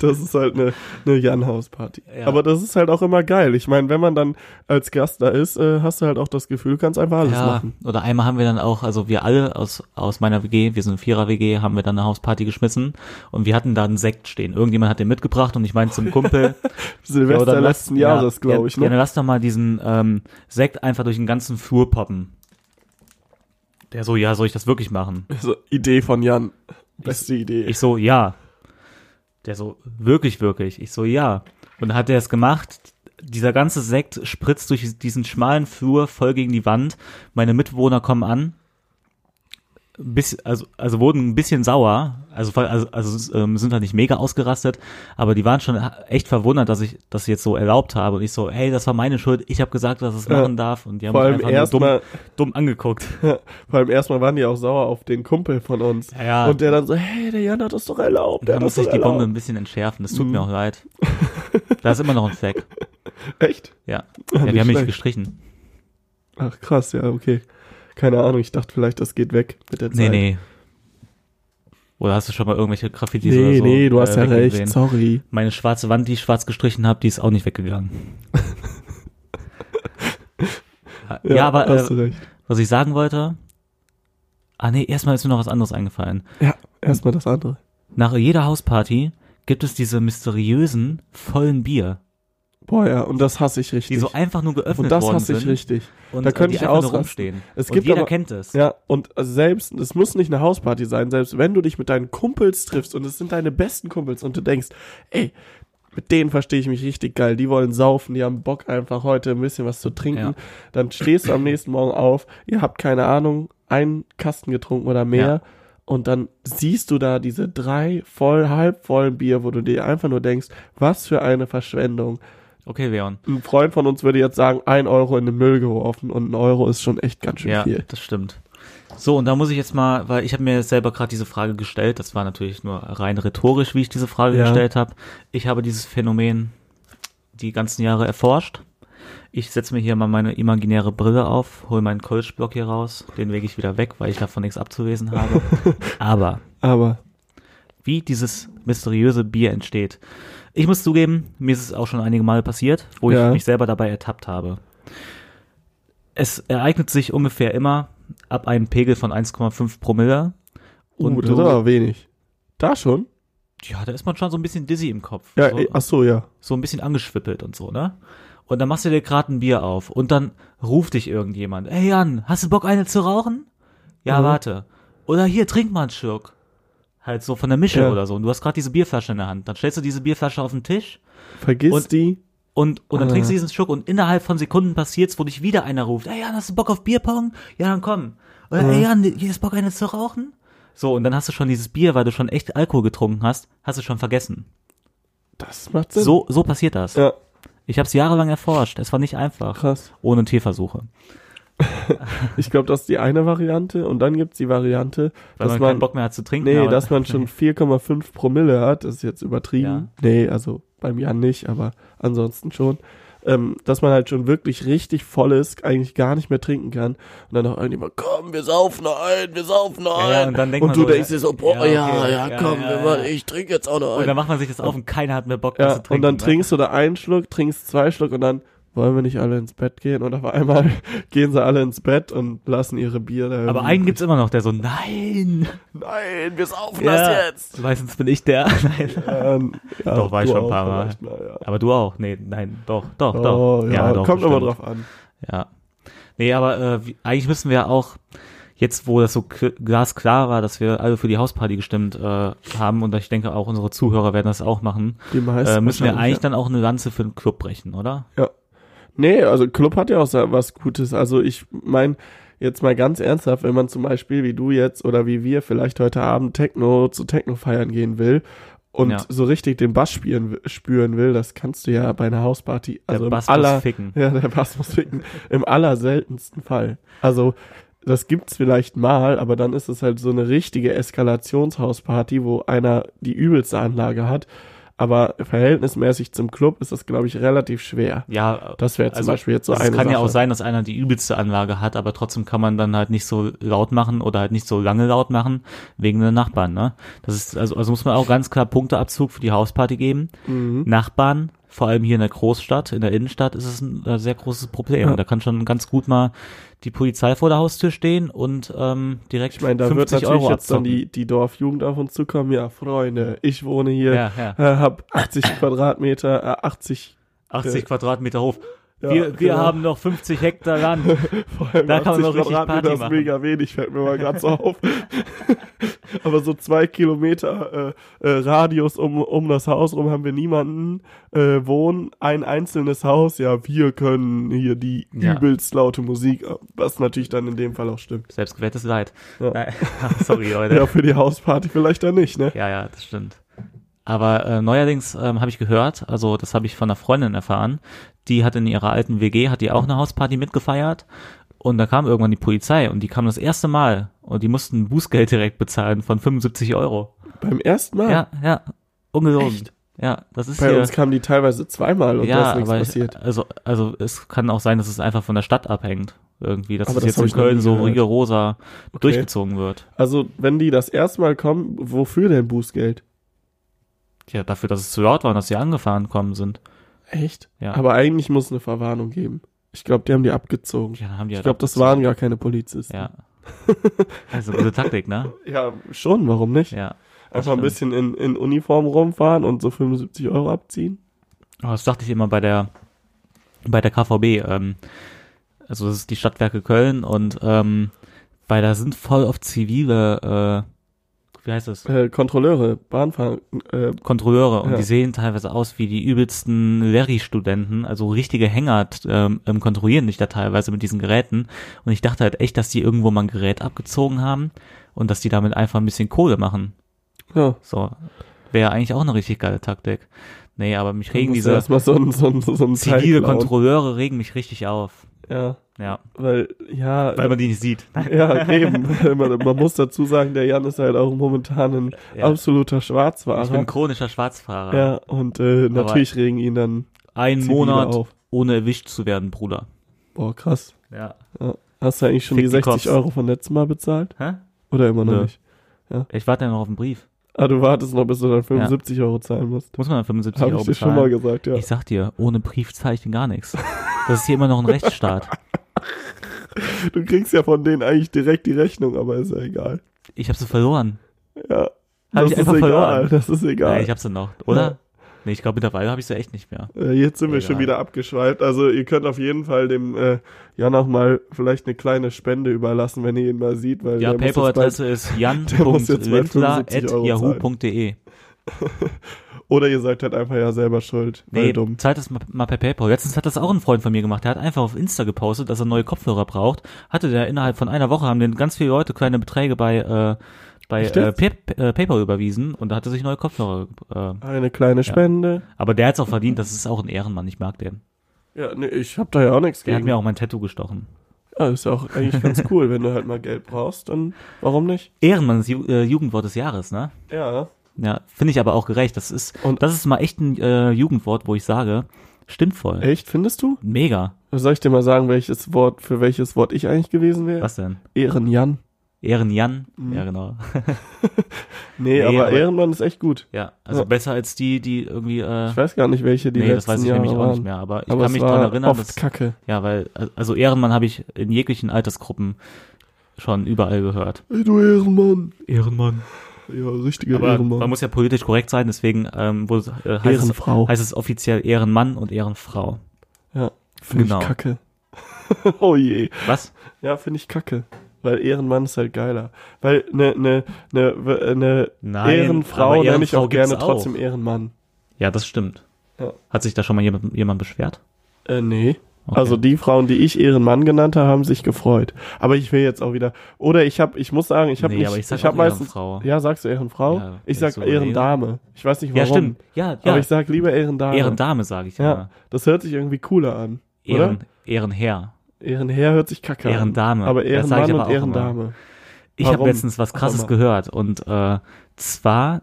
das ist halt eine, eine Jan-Haus-Party.
Ja.
Aber das ist halt auch immer geil. Ich meine, wenn man dann als Gast da ist, äh, hast du halt auch das Gefühl, kannst einfach alles
ja,
machen.
oder einmal haben wir dann auch, also wir alle aus, aus meiner WG, wir sind Vierer WG, haben wir dann eine Hausparty geschmissen und wir hatten da einen Sekt stehen. Irgendjemand hat den mitgebracht und ich meinte zum Kumpel,
Silvester
dann lass-
letzten Jahres, glaube ich,
Ja, dann
ne?
lass doch mal diesen ähm, Sekt einfach durch den ganzen Flur poppen. Der so, ja, soll ich das wirklich machen?
Also, Idee von Jan. Beste Idee.
Ich so, ja. Der so, wirklich, wirklich. Ich so, ja. Und dann hat er es gemacht. Dieser ganze Sekt spritzt durch diesen schmalen Flur voll gegen die Wand. Meine Mitbewohner kommen an. Biss, also, also wurden ein bisschen sauer, also, voll- also, also ähm, sind halt nicht mega ausgerastet, aber die waren schon echt verwundert, dass ich das jetzt so erlaubt habe. Und ich so, hey, das war meine Schuld, ich habe gesagt, dass es
Ja.
machen darf. Und die haben
vor allem
mich einfach nur dumm,
erstmal,
dumm angeguckt.
vor allem erstmal waren die auch sauer auf den Kumpel von uns.
Ja, ja.
Und der dann so, hey, der Jan hat das doch erlaubt. Der
Da
hat das
muss ich
doch
die Bombe ein
erlaubt.
bisschen entschärfen, das tut
Mhm.
mir auch leid. Da ist immer noch ein Fleck.
Echt?
Ja,
Ja,
ja wir
nicht
haben
schlecht.
nicht gestrichen.
Ach, krass, ja, okay. Keine Ahnung, ich dachte vielleicht, das geht weg mit der
Nee,
Zeit.
nee. Oder hast du schon mal irgendwelche Graffitis oder
Nee,
so?
nee, du hast
äh,
ja recht,
weggesehen?
sorry.
Meine schwarze Wand, die ich schwarz gestrichen habe, die ist auch nicht weggegangen. ja, aber
hast du
äh,
recht.
was ich sagen wollte. Ah nee, erstmal ist mir noch was anderes eingefallen.
Ja, erstmal das andere.
Nach jeder Hausparty gibt es diese mysteriösen vollen Bier,
Boah, ja, und das hasse ich
die
richtig.
so einfach nur geöffnet
und das
worden
hasse
sind.
ich richtig.
Und
Da
äh, die
könnte ich
einfach nur
ausrasten.
rumstehen.
Es
und
gibt
jeder
aber-
kennt es.
Ja, und also selbst, es muss nicht eine Hausparty sein, selbst wenn du dich mit deinen Kumpels triffst und es sind deine besten Kumpels und du denkst, ey, mit denen verstehe ich mich richtig geil, die wollen saufen, die haben Bock einfach heute ein bisschen was zu trinken,
Ja.
dann stehst du am nächsten Morgen auf, ihr habt keine Ahnung, einen Kasten getrunken oder mehr
Ja.
und dann siehst du da diese drei voll, halb vollen Bier, wo du dir einfach nur denkst, was für eine Verschwendung.
Okay, Leon.
Ein Freund von uns würde jetzt sagen, ein Euro in den Müll geworfen und ein Euro ist schon echt ganz schön
Ja,
viel.
das stimmt. So, und da muss ich jetzt mal, weil ich habe mir jetzt selber gerade diese Frage gestellt, das war natürlich nur rein rhetorisch, wie ich diese Frage
Ja.
gestellt habe. Ich habe dieses Phänomen die ganzen Jahre erforscht. Ich setze mir hier mal meine imaginäre Brille auf, hole meinen Kolschblock hier raus, den lege ich wieder weg, weil ich davon nichts abzuwesen habe. Aber
Aber
wie dieses mysteriöse Bier entsteht. Ich muss zugeben, mir ist es auch schon einige Male passiert, wo
Ja.
ich mich selber dabei ertappt habe. Es ereignet sich ungefähr immer ab einem Pegel von 1,5 Promille.
Und
Und
uh, das
du-
ist aber wenig. Da schon?
Ja, da ist man schon so ein bisschen dizzy im Kopf.
Ja,
so,
eh, ach so, ja.
so ein bisschen angeschwippelt und so, ne? Und dann machst du dir gerade ein Bier auf und dann ruft dich irgendjemand. Ey Jan, hast du Bock eine zu rauchen? Ja,
Mhm.
warte. Oder hier, trink mal einen Schluck. Halt so von der Mische
Ja.
oder so. Und du hast gerade diese Bierflasche in der Hand. Dann stellst du diese Bierflasche auf den Tisch
Vergiss
Und-
die.
Und, und dann
Ah.
trinkst du diesen Schluck und innerhalb von Sekunden passiert's, wo dich wieder einer ruft, ey Jan, hast du Bock auf Bierpong? Ja, dann komm. Oder, ey Jan, hier ist Bock, eine zu rauchen? So, und dann hast du schon dieses Bier, weil du schon echt Alkohol getrunken hast, hast du schon vergessen.
Das macht Sinn.
So, so passiert das.
Ja,
Ich habe es jahrelang erforscht. Es war nicht einfach.
krass.
Ohne Tierversuche.
Ich glaube, das ist die eine Variante und dann gibt's die Variante,
Weil
dass
man,
man,
keinen Bock mehr hat zu trinken.
nee,
aber-
dass man schon 4,5 Promille hat, das ist jetzt übertrieben. Nee, also beim Jan nicht, aber ansonsten schon. Ähm, dass man halt schon wirklich richtig voll ist, eigentlich gar nicht mehr trinken kann und dann noch irgendjemand, komm, wir saufen noch ein, wir saufen noch
Ja, ja,
ein.
und dann denkt
und
man
du
so,
denkst
ja,
dir so, boah,
ja,
ja,
okay,
ja,
ja,
komm,
ja,
wir
ja.
machen- ich trinke jetzt auch noch
Und
ein.
dann macht man sich das auf und keiner hat mehr Bock mehr
Ja,
zu trinken.
und dann
ne?
trinkst du da einen Schluck, trinkst zwei Schluck und dann wollen wir nicht alle ins Bett gehen und auf einmal gehen sie alle ins Bett und lassen ihre Bier da.
Aber einen
irgendwie-
gibt's immer noch, der so, nein.
Nein, wir saufen
Ja.
das jetzt.
Meistens bin ich der. Nein.
Ähm, ja,
Doch, war ich
du
schon ein
auch
paar Mal.
vielleicht ja.
Aber du auch. Nee, nein, doch, doch,
Oh,
doch.
ja,
doch,
kommt
bestimmt.
immer drauf an.
Ja. Nee, aber äh, wie- eigentlich müssen wir ja auch, jetzt wo das so k- glasklar war, dass wir alle für die Hausparty gestimmt äh, haben und ich denke auch unsere Zuhörer werden das auch machen,
Die meisten.
äh, müssen wir
wahrscheinlich,
eigentlich dann auch eine Lanze für den Club brechen, oder?
Nee, also Club hat ja auch so was Gutes. Also ich meine, jetzt mal ganz ernsthaft, wenn man zum Beispiel wie du jetzt oder wie wir vielleicht heute Abend Techno zu Techno feiern gehen will und
Ja.
so richtig den Bass spielen, spüren will, das kannst du ja bei einer Hausparty, also
der
im
Bass muss
aller,
ficken.
ja, der Bass muss ficken, im allerseltensten Fall. Also das gibt's vielleicht mal, aber dann ist es halt so eine richtige Eskalationshausparty, wo einer die übelste Anlage hat. Aber verhältnismäßig zum Club ist das, glaube ich, relativ schwer.
Ja,
Das wäre zum
Also,
Beispiel jetzt so
es
eine
kann ja auch
Sache.
sein, dass einer die übelste Anlage hat, aber trotzdem kann man dann halt nicht so laut machen oder halt nicht so lange laut machen wegen den Nachbarn, ne? Das ist also also muss man auch ganz klar Punkteabzug für die Hausparty geben.
Mhm.
Nachbarn, vor allem hier in der Großstadt, in der Innenstadt, ist es ein äh, sehr großes Problem.
Ja.
Da kann schon ganz gut mal die Polizei vor der Haustür stehen und ähm, direkt
Ich meine, da wird
50
natürlich
Euro
jetzt dann
abzocken.
die, die Dorfjugend auf uns zukommen. Ja, Freunde, ich wohne hier,
ja, ja.
äh, hab 80 Quadratmeter, äh, 80,
80
äh,
Quadratmeter Hof.
ja,
wir wir
genau.
haben noch 50 Hektar Land.
vor allem
da kann man
80
noch richtig Party
Quadratmeter ist
machen.
mega wenig, fällt mir mal gerade so auf. Aber so zwei Kilometer äh, äh, Radius um, um das Haus rum haben wir niemanden äh, wohnen, ein einzelnes Haus. Ja, wir können hier die
Ja.
übelst laute Musik, äh, was natürlich dann in dem Fall auch stimmt.
Selbstgewährtes Leid.
Ja.
Nein. Sorry, Leute.
Ja, für die Hausparty vielleicht dann nicht, ne?
Ja, ja, das stimmt. Aber äh, neuerdings ähm, habe ich gehört, also das habe ich von einer Freundin erfahren, die hat in ihrer alten WG, hat die auch eine Hausparty mitgefeiert und da kam irgendwann die Polizei und die kam das erste Mal und die mussten ein Bußgeld direkt bezahlen von 75 Euro.
Beim ersten Mal.
Ja, ja, ungelogen.
Ah. Echt?
Ja, das ist
Bei
hier,
uns kamen die teilweise zweimal und da
ja,
ist nichts
aber
passiert.
also also es kann auch sein, dass es einfach von der Stadt abhängt irgendwie, dass
Aber
es
das
jetzt
hab
in
ich noch
Köln
nie
so
gehört.
rigoroser durchgezogen wird.
Also, wenn die das erste Mal kommen, wofür denn Bußgeld?
Ja, dafür, dass es zu laut war und dass sie angefahren kommen sind.
Echt?
Ja.
Aber eigentlich muss eine Verwarnung geben. Ich glaube, die haben die abgezogen.
Ja, dann haben die
Ich
halt
glaube, das waren gar keine Polizisten.
Ja. Also gute Taktik, ne?
Ja, schon, warum nicht?
Ja. das
Einfach ein
stimmt.
bisschen in, in Uniform rumfahren und so 75 Euro abziehen.
Aber das dachte ich immer bei der bei der KVB. Ähm, also das ist die Stadtwerke Köln und ähm, weil da sind voll oft zivile, äh, wie heißt das?
Äh, Kontrolleure, Bahnfahrer, äh,
Kontrolleure und
Ja.
die sehen teilweise aus wie die übelsten Larry-Studenten, also richtige Hänger t- ähm, ähm, kontrollieren dich da teilweise mit diesen Geräten. Und ich dachte halt echt, dass die irgendwo mal ein Gerät abgezogen haben und dass die damit einfach ein bisschen Kohle machen.
ja.
So, wäre eigentlich auch eine richtig geile Taktik. Nee, aber mich regen
Muss
diese
erstmal so ein, so ein, so ein Teil
zivile
klauen.
Kontrolleure regen mich richtig auf.
Ja,
Ja,
weil, ja.
weil man die nicht sieht.
ja, eben. man, man muss dazu sagen, der Jan ist halt auch momentan ein
Ja.
absoluter Schwarzwahrer.
Ich bin chronischer Schwarzfahrer.
Ja, und äh, natürlich regen ihn dann
Ein
Zivile
Monat
auf.
ohne erwischt zu werden, Bruder.
Boah, krass.
Ja.
Ja. Hast du eigentlich schon
Fick
die
die
60
Cops.
Euro von letztem Mal bezahlt?
Hä?
Oder immer noch
Nö.
nicht?
Ich warte ja noch auf den Brief.
Ah, du wartest noch, bis du dann 75 Euro zahlen musst.
Muss man dann 75
Habe
Euro
ich dir
bezahlen?
schon mal gesagt, ja.
Ich sag dir, ohne Brief zahle ich dir gar nichts. Das ist hier immer noch ein Rechtsstaat.
Du kriegst ja von denen eigentlich direkt die Rechnung, aber ist ja egal.
Ich habe sie verloren.
Ja.
Hab
das
ich
ist
einfach verloren.
egal, das ist egal.
Nein, ich habe sie noch, oder? Nee, ich glaube mittlerweile habe ich sie echt nicht mehr.
Äh, Jetzt sind wir
Egal.
schon wieder abgeschweift. Also ihr könnt auf jeden Fall dem äh, Jan auch mal vielleicht eine kleine Spende überlassen, wenn ihr ihn mal sieht, weil
Ja,
der muss jetzt bald-
PayPal-Adresse ist
der muss jetzt bald 75 Euro zahlen.
jan.lindler.yahoo.de.
Oder ihr seid halt einfach ja selber schuld. Weil
Nee,
dumm.
zahlt das mal, mal per PayPal. Letztens hat das auch ein Freund von mir gemacht. Der hat einfach auf Insta gepostet, dass er neue Kopfhörer braucht. Hatte der innerhalb von einer Woche haben den ganz viele Leute kleine Beträge bei äh, bei
Echt
äh,
jetzt?
Pay, äh, PayPal überwiesen und da hatte sich neue Kopfhörer. Äh,
Eine kleine Spende.
aber der hat's auch verdient. Das ist auch ein Ehrenmann. Ich mag den.
Ja, nee, ich hab da ja auch nichts
Der hat
gegen.
mir auch mein Tattoo gestochen.
ja, ist ja auch eigentlich ganz cool, wenn du halt mal Geld brauchst, dann warum nicht?
Ehrenmann ist Ju äh, Jugendwort des Jahres, ne?
Ja.
Ja, finde ich aber auch gerecht. Das ist
Und-
das ist mal echt ein äh, Jugendwort, wo ich sage, stimmt voll.
Echt, findest du? Also
Mega.
Soll ich dir mal sagen, welches Wort, für welches Wort ich eigentlich gewesen wäre?
Was denn?
Ehrenjan.
Ehrenjan?
Mhm.
Ja, genau.
Nee,
Nee,
aber
aber-
Ehrenmann ist echt gut.
Ja, also
Ja.
besser als die, die irgendwie äh,
Ich weiß gar nicht, welche die
Nee, das
letzten
weiß ich
Jahre
nämlich auch
waren.
nicht mehr, aber ich
aber
kann
es
mich
war
daran erinnern,
oft
dass,
Kacke.
ja, weil, also Ehrenmann habe ich in jeglichen Altersgruppen schon überall gehört.
Ey, du Ehrenmann.
Ehrenmann.
Ja, richtiger
Aber
Ehrenmann.
man muss ja politisch korrekt sein, deswegen ähm, wo, äh, heißt, es,
Ehrenfrau.
heißt es offiziell Ehrenmann und Ehrenfrau.
ja, finde
Genau.
ich Kacke. oh je.
Was?
Ja, finde ich Kacke. Weil Ehrenmann ist halt geiler. Weil eine ne, ne, ne
Nein,
Ehrenfrau
aber
nenne ich
Ehrenfrau
auch gerne
gibt's auch.
trotzdem Ehrenmann.
Ja, das stimmt.
Ja.
Hat sich da schon mal jemand, jemand beschwert?
Äh, nee.
Okay.
Also die Frauen, die ich Ehrenmann genannt habe, haben sich gefreut. Aber ich will jetzt auch wieder. Oder ich habe, ich muss sagen, ich habe
Nee,
nicht.
aber ich sag auch
hab meistens.
Ehrenfrau.
Ja, sagst du Ehrenfrau?
Ja,
ich
wenn ich
sag
so überlege.
Ehrendame. Ich weiß nicht
ja,
warum.
stimmt. Ja, ja.
Aber ich sag lieber Ehrendame.
Ehrendame sage ich
Ja,
ja.
das hört sich irgendwie cooler an.
Ehren,
Oder?
Ehrenherr.
Ehrenherr hört sich kacke
Ehrendame.
an. Aber
Das sag ich aber
Ehrenmann und
auch
Ehrendame.
Ich habe
Warum?
letztens was Krasses
Warum?
gehört und äh, zwar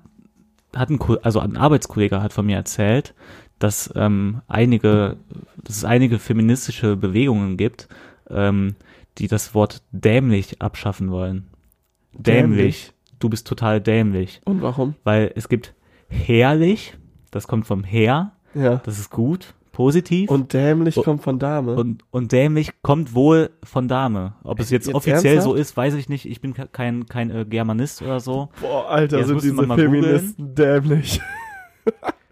hat ein, Ko- also ein Arbeitskollege hat von mir erzählt, dass ähm, einige, dass es einige feministische Bewegungen gibt, ähm, die das Wort dämlich abschaffen wollen. Dämlich.
Dämlich.
Du bist total dämlich,
Und warum?
weil es gibt herrlich, das kommt vom Herr,
Ja.
das ist gut, positiv.
Und dämlich
Und-
kommt von Dame.
Oh. Und, und dämlich kommt wohl von Dame. Ob es jetzt
Äh, Jetzt
offiziell
ernsthaft?
so ist, weiß ich nicht. Ich bin ke- kein, kein äh, Germanist oder so.
Boah, Alter,
Jetzt
sind
musste man
diese
mal googeln.
Feministen dämlich.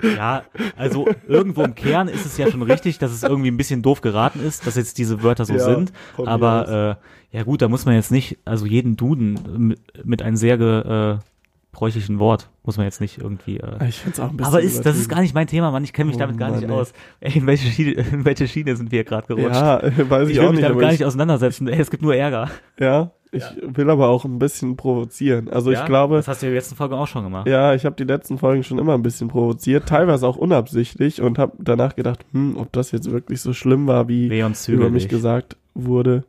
Ja, also irgendwo im Kern ist es ja schon richtig, dass es irgendwie ein bisschen doof geraten ist, dass jetzt diese Wörter so
Ja,
sind.
von mir
Aber äh, ja gut, da muss man jetzt nicht, also jeden Duden äh, mit, mit einem sehr gebräuchlichen äh, bräuchlichen Wort muss man jetzt nicht irgendwie. Äh,
Ich find's auch ein bisschen
aber ist, das ist
übertrieben.
gar nicht mein Thema, Mann. Ich kenne mich
Oh
damit gar nicht
Mann, ey.
aus. Ey, in welche Schiene, in welche Schiene sind wir gerade gerutscht?
Ja, weiß ich,
ich will
auch
mich
nicht.
damit
aber
gar
ich,
nicht auseinandersetzen. Ey, es gibt nur Ärger.
ja, ich will aber auch ein bisschen provozieren. Also
Ja?
ich glaube,
Das hast du ja in der letzten Folge auch schon gemacht.
ja, ich habe die letzten Folgen schon immer ein bisschen provoziert, teilweise auch unabsichtlich und habe danach gedacht, hm, ob das jetzt wirklich so schlimm war, wie
Leon zügel
über mich
dich.
gesagt wurde.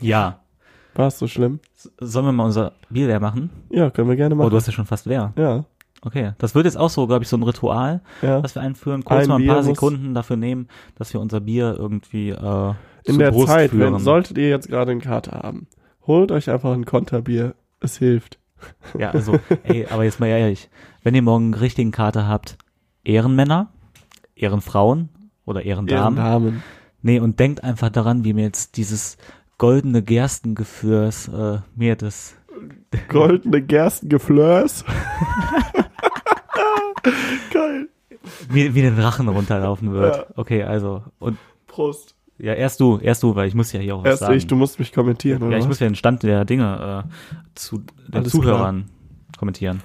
Ja.
War es so schlimm?
S- Sollen wir mal unser Bier leer machen?
Ja, können wir gerne
Oh, du
machen.
hast ja schon fast leer.
ja,
Okay. Das wird jetzt auch so, glaube ich, so ein Ritual,
ja.
was wir einführen. Kurz
Ein
mal ein
Bier
paar
muss-
Sekunden dafür nehmen, dass wir unser Bier irgendwie äh,
In
zur
der
Brust
Zeit,
führen.
wenn, solltet ihr jetzt gerade einen Kater haben, holt euch einfach ein Konterbier. Es hilft.
Ja, also, ey, aber jetzt mal ehrlich. Wenn ihr morgen einen richtigen Kater habt, Ehrenmänner, Ehrenfrauen oder Ehrendamen.
Ehrennamen.
Nee, und denkt einfach daran, wie mir jetzt dieses goldene Gerstengeführs äh, mir das
Goldene Gerstengeflörs. Geil.
wie, wie den Rachen runterlaufen wird.
Ja.
Okay, also und
Prost.
ja, erst du, erst du, weil ich muss ja hier auch was
Erst
sagen.
ich, du musst mich kommentieren, oder
ja, ich
was?
muss ja den Stand der Dinge äh, zu den
Alles
Zuhörern kommentieren.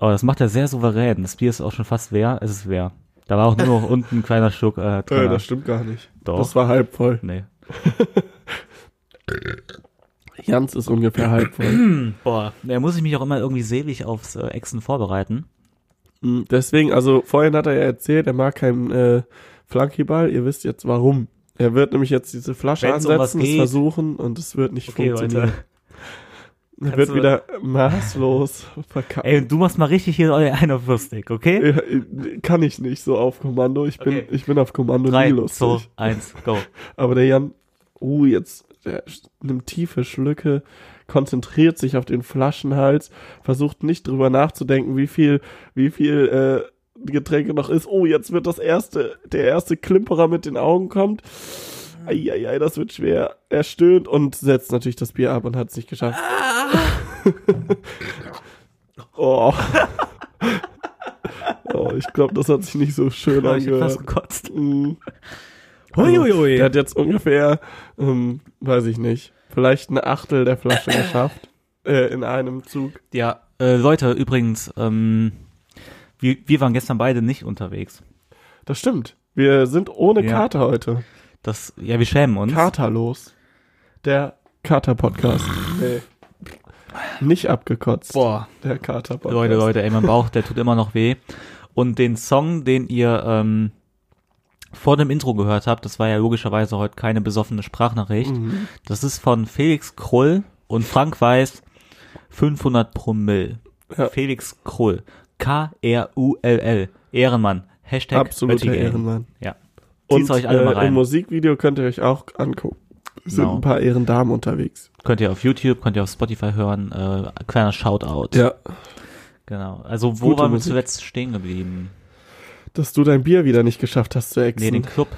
Aber das macht er sehr souverän. Das Bier ist auch schon fast leer. Es ist leer. Da war auch nur noch unten ein kleiner Schluck äh,
äh,
drin.
das stimmt gar nicht.
Doch.
Das war halb voll.
nee.
Jans ist ungefähr halb voll.
Boah, da muss ich mich auch immer irgendwie selig aufs äh, Exen vorbereiten.
Mm, Deswegen, also vorhin hat er ja erzählt, er mag keinen äh, Flankyball. Ihr wisst jetzt warum. Er wird nämlich jetzt diese Flasche
Wenn's um was
ansetzen, es
geht.
versuchen und es wird nicht
Okay,
funktionieren.
Leute.
Er wird
Kannst du-
wieder maßlos verkackt.
Ey, du machst mal richtig hier euer einer Würstig, okay?
Äh, Kann ich nicht so auf Kommando. Ich bin,
Okay.
ich bin auf Kommando
Drei,
nie lustig.
zwei, eins, go.
Aber der Jan, uh, jetzt der sch- nimmt tiefe Schlücke, konzentriert sich auf den Flaschenhals, versucht nicht drüber nachzudenken, wie viel, wie viel äh, Getränke noch ist. Oh, jetzt wird das erste, der erste Klimperer mit den Augen kommt. Eieiei, das wird schwer. Er stöhnt und setzt natürlich das Bier ab und hat es nicht geschafft. oh. oh, ich glaube, das hat sich nicht so schön
Oh, ich hab fast
angehört.
gekotzt.
Mm.
Huiuiui.
Also, Der hat jetzt ungefähr, ähm, weiß ich nicht, vielleicht ein Achtel der Flasche geschafft. Äh, in einem Zug.
Ja, äh, Leute, übrigens, ähm, Wir, wir waren gestern beide nicht unterwegs.
Das stimmt. Wir sind ohne
Ja.
Kater heute.
Das, ja, wir schämen uns.
Katerlos. Der Kater-Podcast. nee. Nicht abgekotzt.
Boah.
Der Kater-Podcast.
Leute, Leute, ey, mein Bauch, der tut immer noch weh. Und den Song, den ihr ähm, vor dem Intro gehört habt, das war ja logischerweise heute keine besoffene Sprachnachricht.
Mhm.
Das ist von Felix Krull und Frank Weiß 500 Promille.
Ja.
Felix Krull. K-R-U-L-L. Ehrenmann. Hashtag
Absoluter
Oettingen.
Ehrenmann.
Ja.
Und
Zieht's euch alle
äh,
mal rein.
im Musikvideo könnt ihr euch auch angucken. Es Sind
Genau.
ein paar Ehrendamen unterwegs.
Könnt ihr auf YouTube, könnt ihr auf Spotify hören. Äh, kleiner Shoutout.
Ja.
Genau. Also wo
Gute
waren wir
Musik.
zuletzt stehen geblieben?
Dass du dein Bier wieder nicht geschafft hast zu
Nee,
exen.
den Club.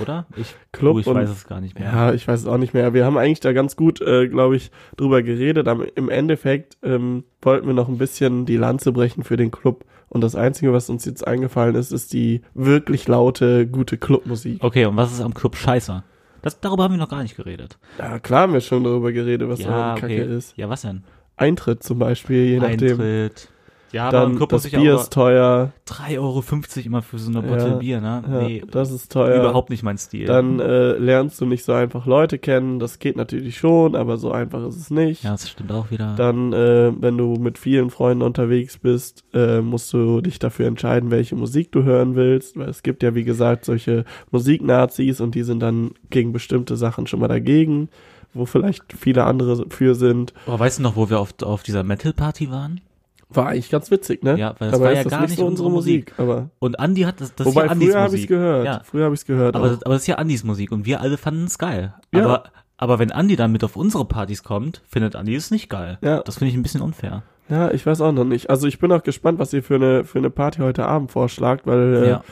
Oder? Ich,
Club
oh, ich
und-
weiß es gar nicht mehr.
Ja, ich weiß es auch nicht mehr. Wir haben eigentlich da ganz gut, äh, glaube ich, drüber geredet. Aber im Endeffekt ähm, wollten wir noch ein bisschen die Lanze brechen für den Club. Und das Einzige, was uns jetzt eingefallen ist, ist die wirklich laute, gute Clubmusik.
Okay, und was ist am Club scheiße? Das, darüber haben wir noch gar nicht geredet.
Ja, klar haben wir schon darüber geredet, was da Kacke ist.
Ja, was denn?
Eintritt zum Beispiel, je nachdem.
Eintritt. Ja, aber im
Dann
Club
das
muss ich
Bier
auch
ist teuer.
3,50 Euro immer für so eine Bottle
Ja,
Bier, ne?
Ja,
nee,
das ist teuer.
überhaupt nicht mein Stil.
Dann äh, lernst du nicht so einfach Leute kennen. Das geht natürlich schon, aber so einfach ist es nicht.
ja, das stimmt auch wieder.
Dann, äh, wenn du mit vielen Freunden unterwegs bist, äh, musst du dich dafür entscheiden, welche Musik du hören willst. Weil es gibt ja, wie gesagt, solche Musiknazis und die sind dann gegen bestimmte Sachen schon mal dagegen, wo vielleicht viele andere für sind.
aber Oh, weißt du noch, wo wir auf, auf dieser Metal Party waren?
War eigentlich ganz witzig, ne?
Ja, weil das
Dabei
war
ist
ja gar nicht unsere
Aber
Und Andi hat das, das ist
wobei
ja Andis
früher habe ich
Musik.
gehört.
Ja.
Früher habe ich es gehört.
Aber,
auch.
aber das ist ja Andis Musik und wir alle fanden es geil.
Ja.
Aber, aber wenn Andi dann mit auf unsere Partys kommt, findet Andi es nicht geil.
Ja.
Das finde ich ein bisschen unfair.
ja, ich weiß auch noch nicht. Also ich bin auch gespannt, was ihr für eine für eine Party heute Abend vorschlagt, weil äh,
ja.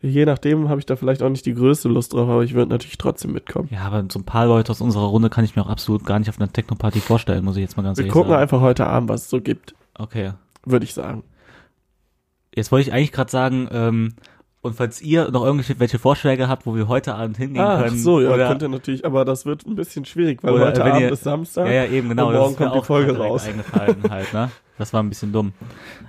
je nachdem habe ich da vielleicht auch nicht die größte Lust drauf, aber ich würde natürlich trotzdem mitkommen.
Ja, aber so ein paar Leute aus unserer Runde kann ich mir auch absolut gar nicht auf einer Techno-Party vorstellen, muss ich jetzt mal ganz
Wir
ehrlich
gucken
sagen.
einfach heute Abend, was es so gibt,
Okay.
würde ich sagen.
Jetzt wollte ich eigentlich gerade sagen, ähm, und falls ihr noch irgendwelche welche Vorschläge habt, wo wir heute Abend hingehen
Ach
können.
Ah, so, ja,
oder,
könnte natürlich, aber das wird ein bisschen schwierig, weil
Oder,
heute
äh, wenn
Abend
ihr-
ist Samstag.
ja, ja, eben, genau.
Und
das
morgen
ist mir
kommt die
auch
Folge
direkt
raus.
eingefallen halt, ne? Das war ein bisschen dumm.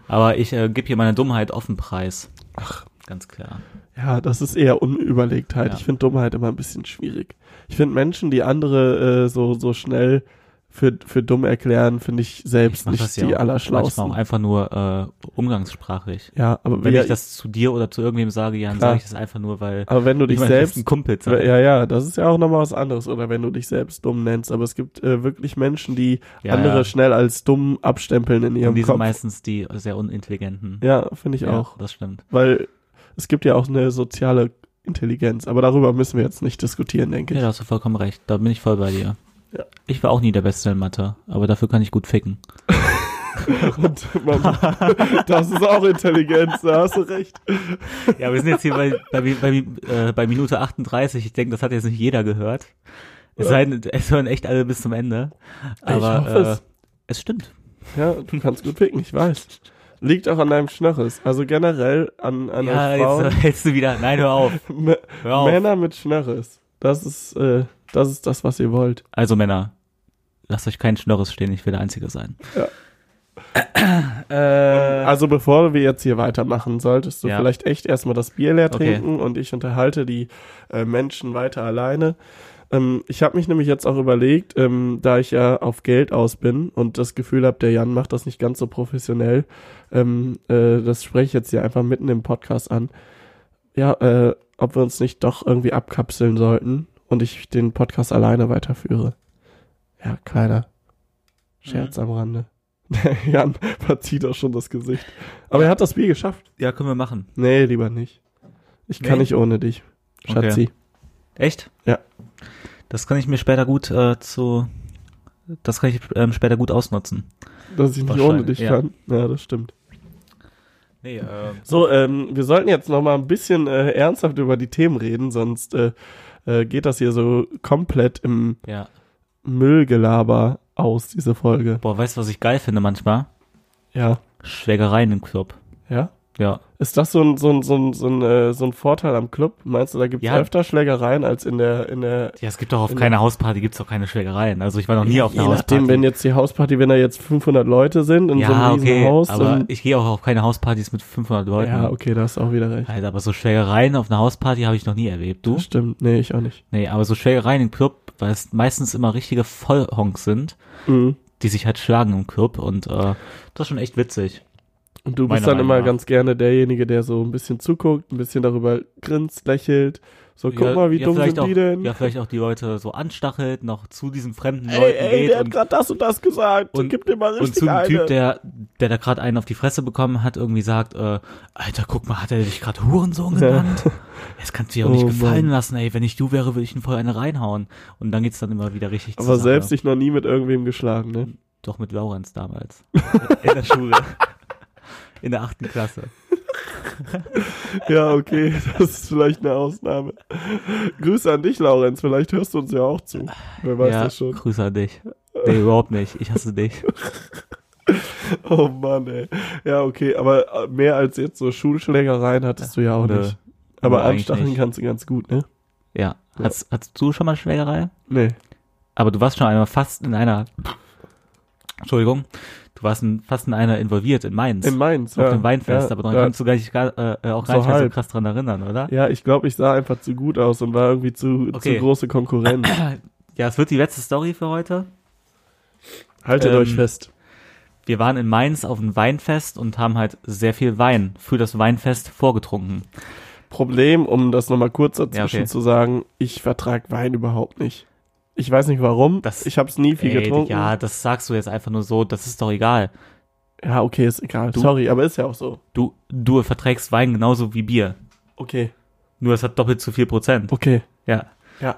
Aber ich äh, gebe hier meine Dummheit offen preis. Ach. Ganz klar.
Ja, das ist eher Unüberlegtheit.
Ja.
Ich finde Dummheit immer ein bisschen schwierig. Ich finde Menschen, die andere äh, so, so schnell für, für dumm erklären, finde ich selbst
mach
nicht
das ja
die
auch Manchmal
allerschlausten.
auch einfach nur äh, umgangssprachlich.
Ja, aber
Wenn
ja,
ich das zu dir oder zu irgendwem sage, ja, dann
Klar.
sage ich das einfach nur, weil
aber wenn du dich
ich meine, das ist
selbst
ein Kumpel sag.
Ja, ja, das ist ja auch nochmal was anderes, oder wenn du dich selbst dumm nennst. Aber es gibt äh, wirklich Menschen, die
Ja,
andere
ja.
schnell als dumm abstempeln in
Und
ihrem
die sind
Kopf.
meistens die sehr unintelligenten.
ja, finde ich
Ja,
auch.
Das stimmt.
Weil es gibt ja auch eine soziale Intelligenz. Aber darüber müssen wir jetzt nicht diskutieren, denke
Ja,
ich.
da hast du vollkommen recht. Da bin ich voll bei dir.
Ja.
Ich war auch nie der Beste in Mathe, aber dafür kann ich gut ficken.
Und man, das ist auch Intelligenz, da hast du recht.
Ja, wir sind jetzt hier bei, bei, bei, äh, bei Minute 38. Ich denke, das hat jetzt nicht jeder gehört. Es, sei denn, es hören echt alle bis zum Ende. Aber
hoffe
äh,
es.
es stimmt.
Ja, du kannst gut picken, ich weiß. Liegt auch an deinem Schnörres. Also generell an, an
Ja,
euch Frauen.
jetzt hältst du wieder. Nein, hör auf.
Mä-
Hör auf.
Männer mit Schnörres. Das ist, äh, das ist das, was ihr wollt.
Also Männer, lasst euch kein Schnorres stehen, ich will der Einzige sein.
Also bevor wir jetzt hier weitermachen, solltest du
Äh. Ja.
vielleicht echt erstmal das Bier leer
Okay.
trinken und ich unterhalte die äh, Menschen weiter alleine. Ähm, ich habe mich nämlich jetzt auch überlegt, ähm, da ich ja auf Geld aus bin und das Gefühl habe, der Jan macht das nicht ganz so professionell, ähm, äh, das spreche ich jetzt hier einfach mitten im Podcast an, ja, äh, ob wir uns nicht doch irgendwie abkapseln sollten und ich den Podcast alleine weiterführe. Ja, kleiner Scherz am Rande. Der Jan verzieht auch schon das Gesicht. Aber er hat das Bier geschafft.
Ja, können wir machen.
Nee, lieber nicht. Ich kann
Nee?
nicht ohne dich, Schatzi.
Echt?
Ja.
Das kann ich mir später gut äh, zu. Das kann ich ähm, später gut ausnutzen.
Dass ich nicht ohne
Wahrscheinlich,
dich
ja.
kann. Ja, das stimmt.
Nee, ähm.
So, ähm, wir sollten jetzt noch mal ein bisschen äh, ernsthaft über die Themen reden, sonst äh, äh, geht das hier so komplett im
Ja.
Müllgelaber aus, diese Folge.
Boah, weißt du, was ich geil finde manchmal?
Ja,
Schlägereien im Club.
ja.
Ja.
Ist das so ein, so ein, so ein, so ein, äh, so ein Vorteil am Club? Meinst du, da gibt es
Ja.
öfter Schlägereien als in der, in der
Ja, es gibt doch auf keiner Hausparty gibt's doch keine Schlägereien. Also ich war noch nie auf einer
Je
Hausparty.
nachdem, wenn jetzt die Hausparty, wenn da jetzt 500 Leute sind in so
ja,
einem
okay,
Riesenhaus.
aber
dann-
ich gehe auch auf keine Hauspartys mit 500 Leuten.
ja, okay, da hast du auch wieder recht.
Alter, aber so Schlägereien auf einer Hausparty habe ich noch nie erlebt. Du?
Stimmt, nee, ich auch nicht.
Nee, aber so Schlägereien im Club, weil es meistens immer richtige Vollhonks sind,
Mhm.
die sich halt schlagen im Club und äh, das ist schon echt witzig.
Und du
Meiner
bist dann
Meinung
immer
nach.
ganz gerne derjenige, der so ein bisschen zuguckt, ein bisschen darüber grinst, lächelt. So, guck
ja,
mal, wie
ja,
dumm
vielleicht
sind
auch,
die denn?
Ja, vielleicht auch die Leute so anstachelt, noch zu diesen fremden
ey,
Leuten
ey, der
geht
hat
und,
gerade das und das gesagt.
und-
Gib dir mal richtig
und zu dem
eine.
Typ, der, der da gerade einen auf die Fresse bekommen hat, irgendwie sagt, äh, Alter, guck mal, hat er dich gerade Hurensohn genannt? Das kannst du dir auch nicht
Oh,
gefallen
Mann.
lassen, ey, wenn ich du wäre, würde ich ihn voll eine reinhauen. Und dann geht's dann immer wieder richtig zur
aber
Sache.
selbst ich noch nie mit irgendwem geschlagen, ne?
Doch mit Laurenz damals. In der Schule. In der achten Klasse.
Ja, okay, das ist vielleicht eine Ausnahme. Grüße an dich, Laurenz. Vielleicht hörst du uns ja auch zu. Wer weiß
ja,
das schon.
Grüße an dich. Nee, überhaupt nicht. Ich hasse dich.
Oh Mann, ey. Ja, okay, aber äh, mehr als jetzt so Schulschlägereien hattest du ja auch
Nö.
nicht. Aber
Nö, eigentlich
anstacheln
nicht.
kannst du ganz gut, ne?
Ja. Hast, hast du schon mal Schlägerei?
Nee.
Aber du warst schon einmal fast in einer. Entschuldigung. Du warst in, fast in einer involviert, in Mainz.
In Mainz,
auf
ja.
dem Weinfest,
ja,
aber dann
ja.
kannst du gar nicht, gar, äh, auch
So
gar nicht mehr so
halb.
krass dran erinnern, oder?
Ja, ich glaube, ich sah einfach zu gut aus und war irgendwie zu,
Okay.
zu große Konkurrenz.
Ja, es wird die letzte Story für heute.
Haltet
Ähm,
euch fest.
Wir waren in Mainz auf einem Weinfest und haben halt sehr viel Wein für das Weinfest vorgetrunken.
Problem, um das nochmal kurz dazwischen
Ja, okay.
zu sagen, ich vertrag Wein überhaupt nicht. Ich weiß nicht warum.
Das-
ich habe es nie viel
Ey,
getrunken.
Ja, das sagst du jetzt einfach nur so, das ist doch egal.
Ja, okay, ist egal. Sorry, aber ist ja auch so.
Du, du verträgst Wein genauso wie Bier.
Okay,
Nur es hat doppelt so viel Prozent.
okay.
Ja.
Oh. Ja.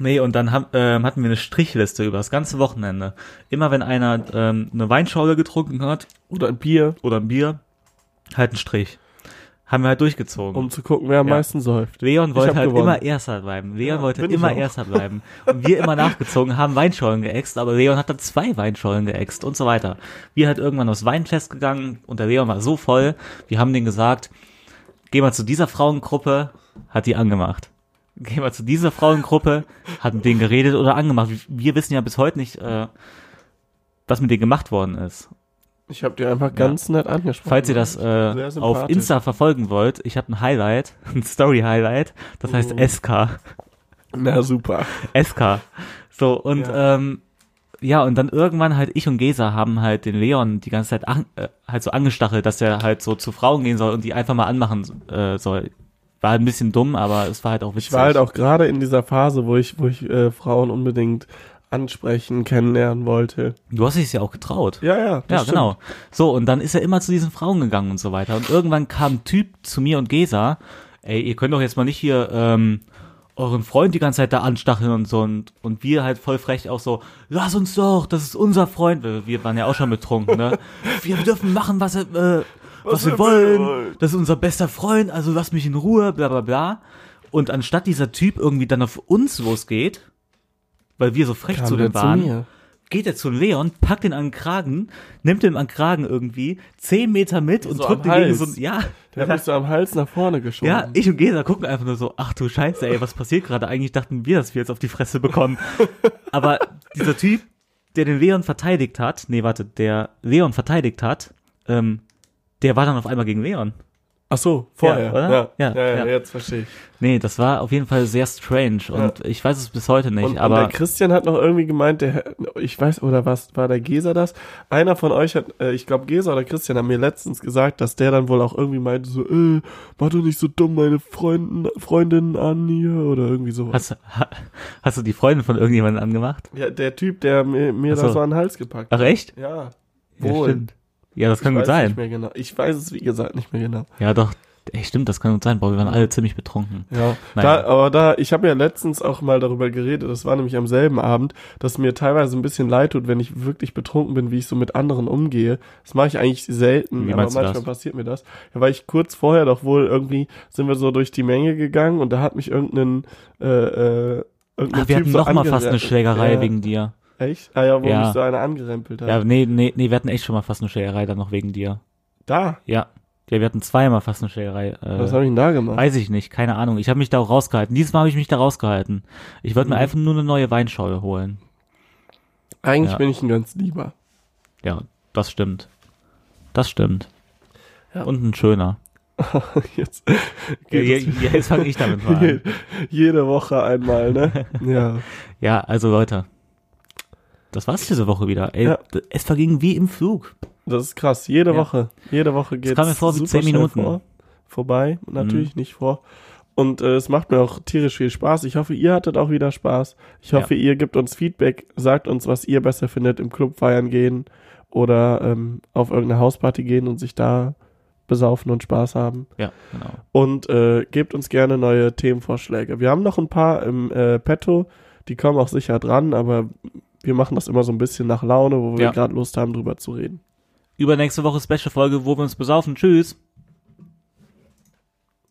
Nee, und dann haben, ähm, hatten wir eine Strichliste über das ganze Wochenende. Immer wenn einer ähm, eine Weinschorle getrunken hat
Oder ein Bier,
oder ein Bier, halt einen Strich. Haben wir halt durchgezogen.
um zu gucken, wer am
Ja.
meisten säuft.
Leon
hab
wollte halt
gewonnen.
immer Erster bleiben. Leon
Ja,
wollte
bin ich
immer
auch.
Erster bleiben. Und wir immer nachgezogen, haben Weinschollen geäxt, aber Leon hat dann zwei Weinschollen geäxt und so weiter. Wir halt irgendwann aufs Weinfest gegangen und der Leon war so voll, wir haben den gesagt, geh mal zu dieser Frauengruppe, hat die angemacht. Geh mal zu dieser Frauengruppe, hat mit denen geredet oder angemacht. Wir wissen ja bis heute nicht, äh, was mit denen gemacht worden ist.
Ich habe dir einfach ganz nett angesprochen.
Falls ihr das äh,
Sehr sympathisch.
auf Insta verfolgen wollt, ich habe ein Highlight, ein Story-Highlight, das heißt
Oh.
SK.
Na super.
SK. So, und
Ja.
ja. ähm, ja, und dann irgendwann halt ich und Gesa haben halt den Leon die ganze Zeit an, äh, halt so angestachelt, dass er halt so zu Frauen gehen soll und die einfach mal anmachen äh, soll. War ein bisschen dumm, aber es war halt auch witzig.
Ich war halt auch gerade in dieser Phase, wo ich, wo ich äh, Frauen unbedingt ansprechen, kennenlernen wollte.
du hast dich ja auch getraut.
Ja, ja.
Ja,
das stimmt.
genau. So, und dann ist er immer zu diesen Frauen gegangen und so weiter. Und irgendwann kam ein Typ zu mir und Gesa, ey, ihr könnt doch jetzt mal nicht hier ähm, euren Freund die ganze Zeit da anstacheln und so. Und, und wir halt voll frech auch so, lass uns doch, das ist unser Freund. Wir, wir waren ja auch schon betrunken, ne? Wir dürfen machen, was, äh, was, wir wollen. Das ist unser bester Freund, also lass mich in Ruhe, bla bla bla. Und anstatt dieser Typ irgendwie dann auf uns losgeht, weil wir so frech
Kam
zu
der
dem
zu
waren,
mir?
geht er zu Leon, packt ihn an den Kragen, nimmt ihn an den Kragen irgendwie, zehn Meter mit und
So am
drückt ihn gegen
Hals.
so ein, ja,
Der hat mich so am Hals nach vorne geschoben.
ja, ich und Gesa gucken einfach nur so, ach du Scheiße, ey, was passiert gerade? Eigentlich dachten wir, dass wir jetzt auf die Fresse bekommen. Aber dieser Typ, der den Leon verteidigt hat, nee, warte, der Leon verteidigt hat, ähm, der war dann auf einmal gegen Leon.
Ach so, vorher.
Ja, oder?
Ja,
Ja,
ja, ja,
ja.
jetzt verstehe ich.
Nee, das war auf jeden Fall sehr strange und ich weiß es bis heute nicht,
Und, und
aber
der Christian hat noch irgendwie gemeint, der, ich weiß, oder was, war der Gesa das? Einer von euch hat, äh, ich glaube, Gesa oder Christian haben mir letztens gesagt, dass der dann wohl auch irgendwie meinte, so, äh, mach doch nicht so dumm meine Freunden, Freundinnen an hier oder irgendwie sowas.
hast, ha, hast du die Freundin von irgendjemandem angemacht?
Ja, der Typ, der mir, mir
Ach so.
das so an den Hals gepackt hat.
Ach echt?
Ja,
Ja, stimmt. Ja, das kann
ich
gut
weiß
sein.
Nicht mehr genau. Ich weiß es, wie gesagt, nicht mehr genau.
Ja, doch. Ey, stimmt, das kann gut sein. Boah, wir waren alle ziemlich betrunken.
Ja,
Naja.
da, aber da, ich habe ja letztens auch mal darüber geredet, das war nämlich am selben Abend, dass mir teilweise ein bisschen leid tut, wenn ich wirklich betrunken bin, wie ich so mit anderen umgehe. Das mache ich eigentlich selten,
Wie
aber
meinst du
manchmal
das?
passiert mir das. Ja, weil ich kurz vorher doch wohl irgendwie sind wir so durch die Menge gegangen und da hat mich irgendein äh, äh, irgendein
Ach, wir
Typ
hatten
so
noch mal fast eine
angerempelt.
Schlägerei
ja,
wegen dir.
Echt? Ah ja, wo
Ja.
mich so einer angerempelt hat.
Ja, nee, nee, nee, wir hatten echt schon mal fast eine Schlägerei dann noch wegen dir.
Da.
Ja. Ja, wir hatten zweimal fast eine Schlägerei. Äh,
Was habe ich denn da gemacht?
Weiß ich nicht, keine Ahnung. Ich habe mich da auch rausgehalten. Dieses Mal habe ich mich da rausgehalten. Ich wollte mir
Mhm.
einfach nur eine neue Weinschorle holen.
Eigentlich
Ja.
bin ich ein ganz lieber.
Ja, das stimmt. Das stimmt.
Ja.
Und ein schöner.
Jetzt,
Ja,
geht es-
ja, jetzt fange ich damit mal an.
jede Woche einmal, ne? ja.
Ja, also Leute. Das war's diese Woche wieder. Ey,
Ja.
d- Es verging wie im Flug.
Das ist krass. Jede
Ja.
Woche. Jede Woche geht es.
kam mir vor wie 10 Minuten. Mhm.
vorbei, natürlich nicht vor. Und äh, es macht mir auch tierisch viel Spaß. Ich hoffe, ihr hattet auch wieder Spaß. Ich hoffe, ihr gebt uns Feedback, sagt uns, was ihr besser findet, im Club feiern gehen oder ähm, auf irgendeine Hausparty gehen und sich da besaufen und Spaß haben.
Ja, genau.
Und äh, gebt uns gerne neue Themenvorschläge. Wir haben noch ein paar im äh, Petto, die kommen auch sicher dran, aber wir machen das immer so ein bisschen nach Laune, wo wir
Ja.
gerade Lust haben, drüber zu reden.
Übernächste Woche Special-Folge, wo wir uns besaufen. Tschüss.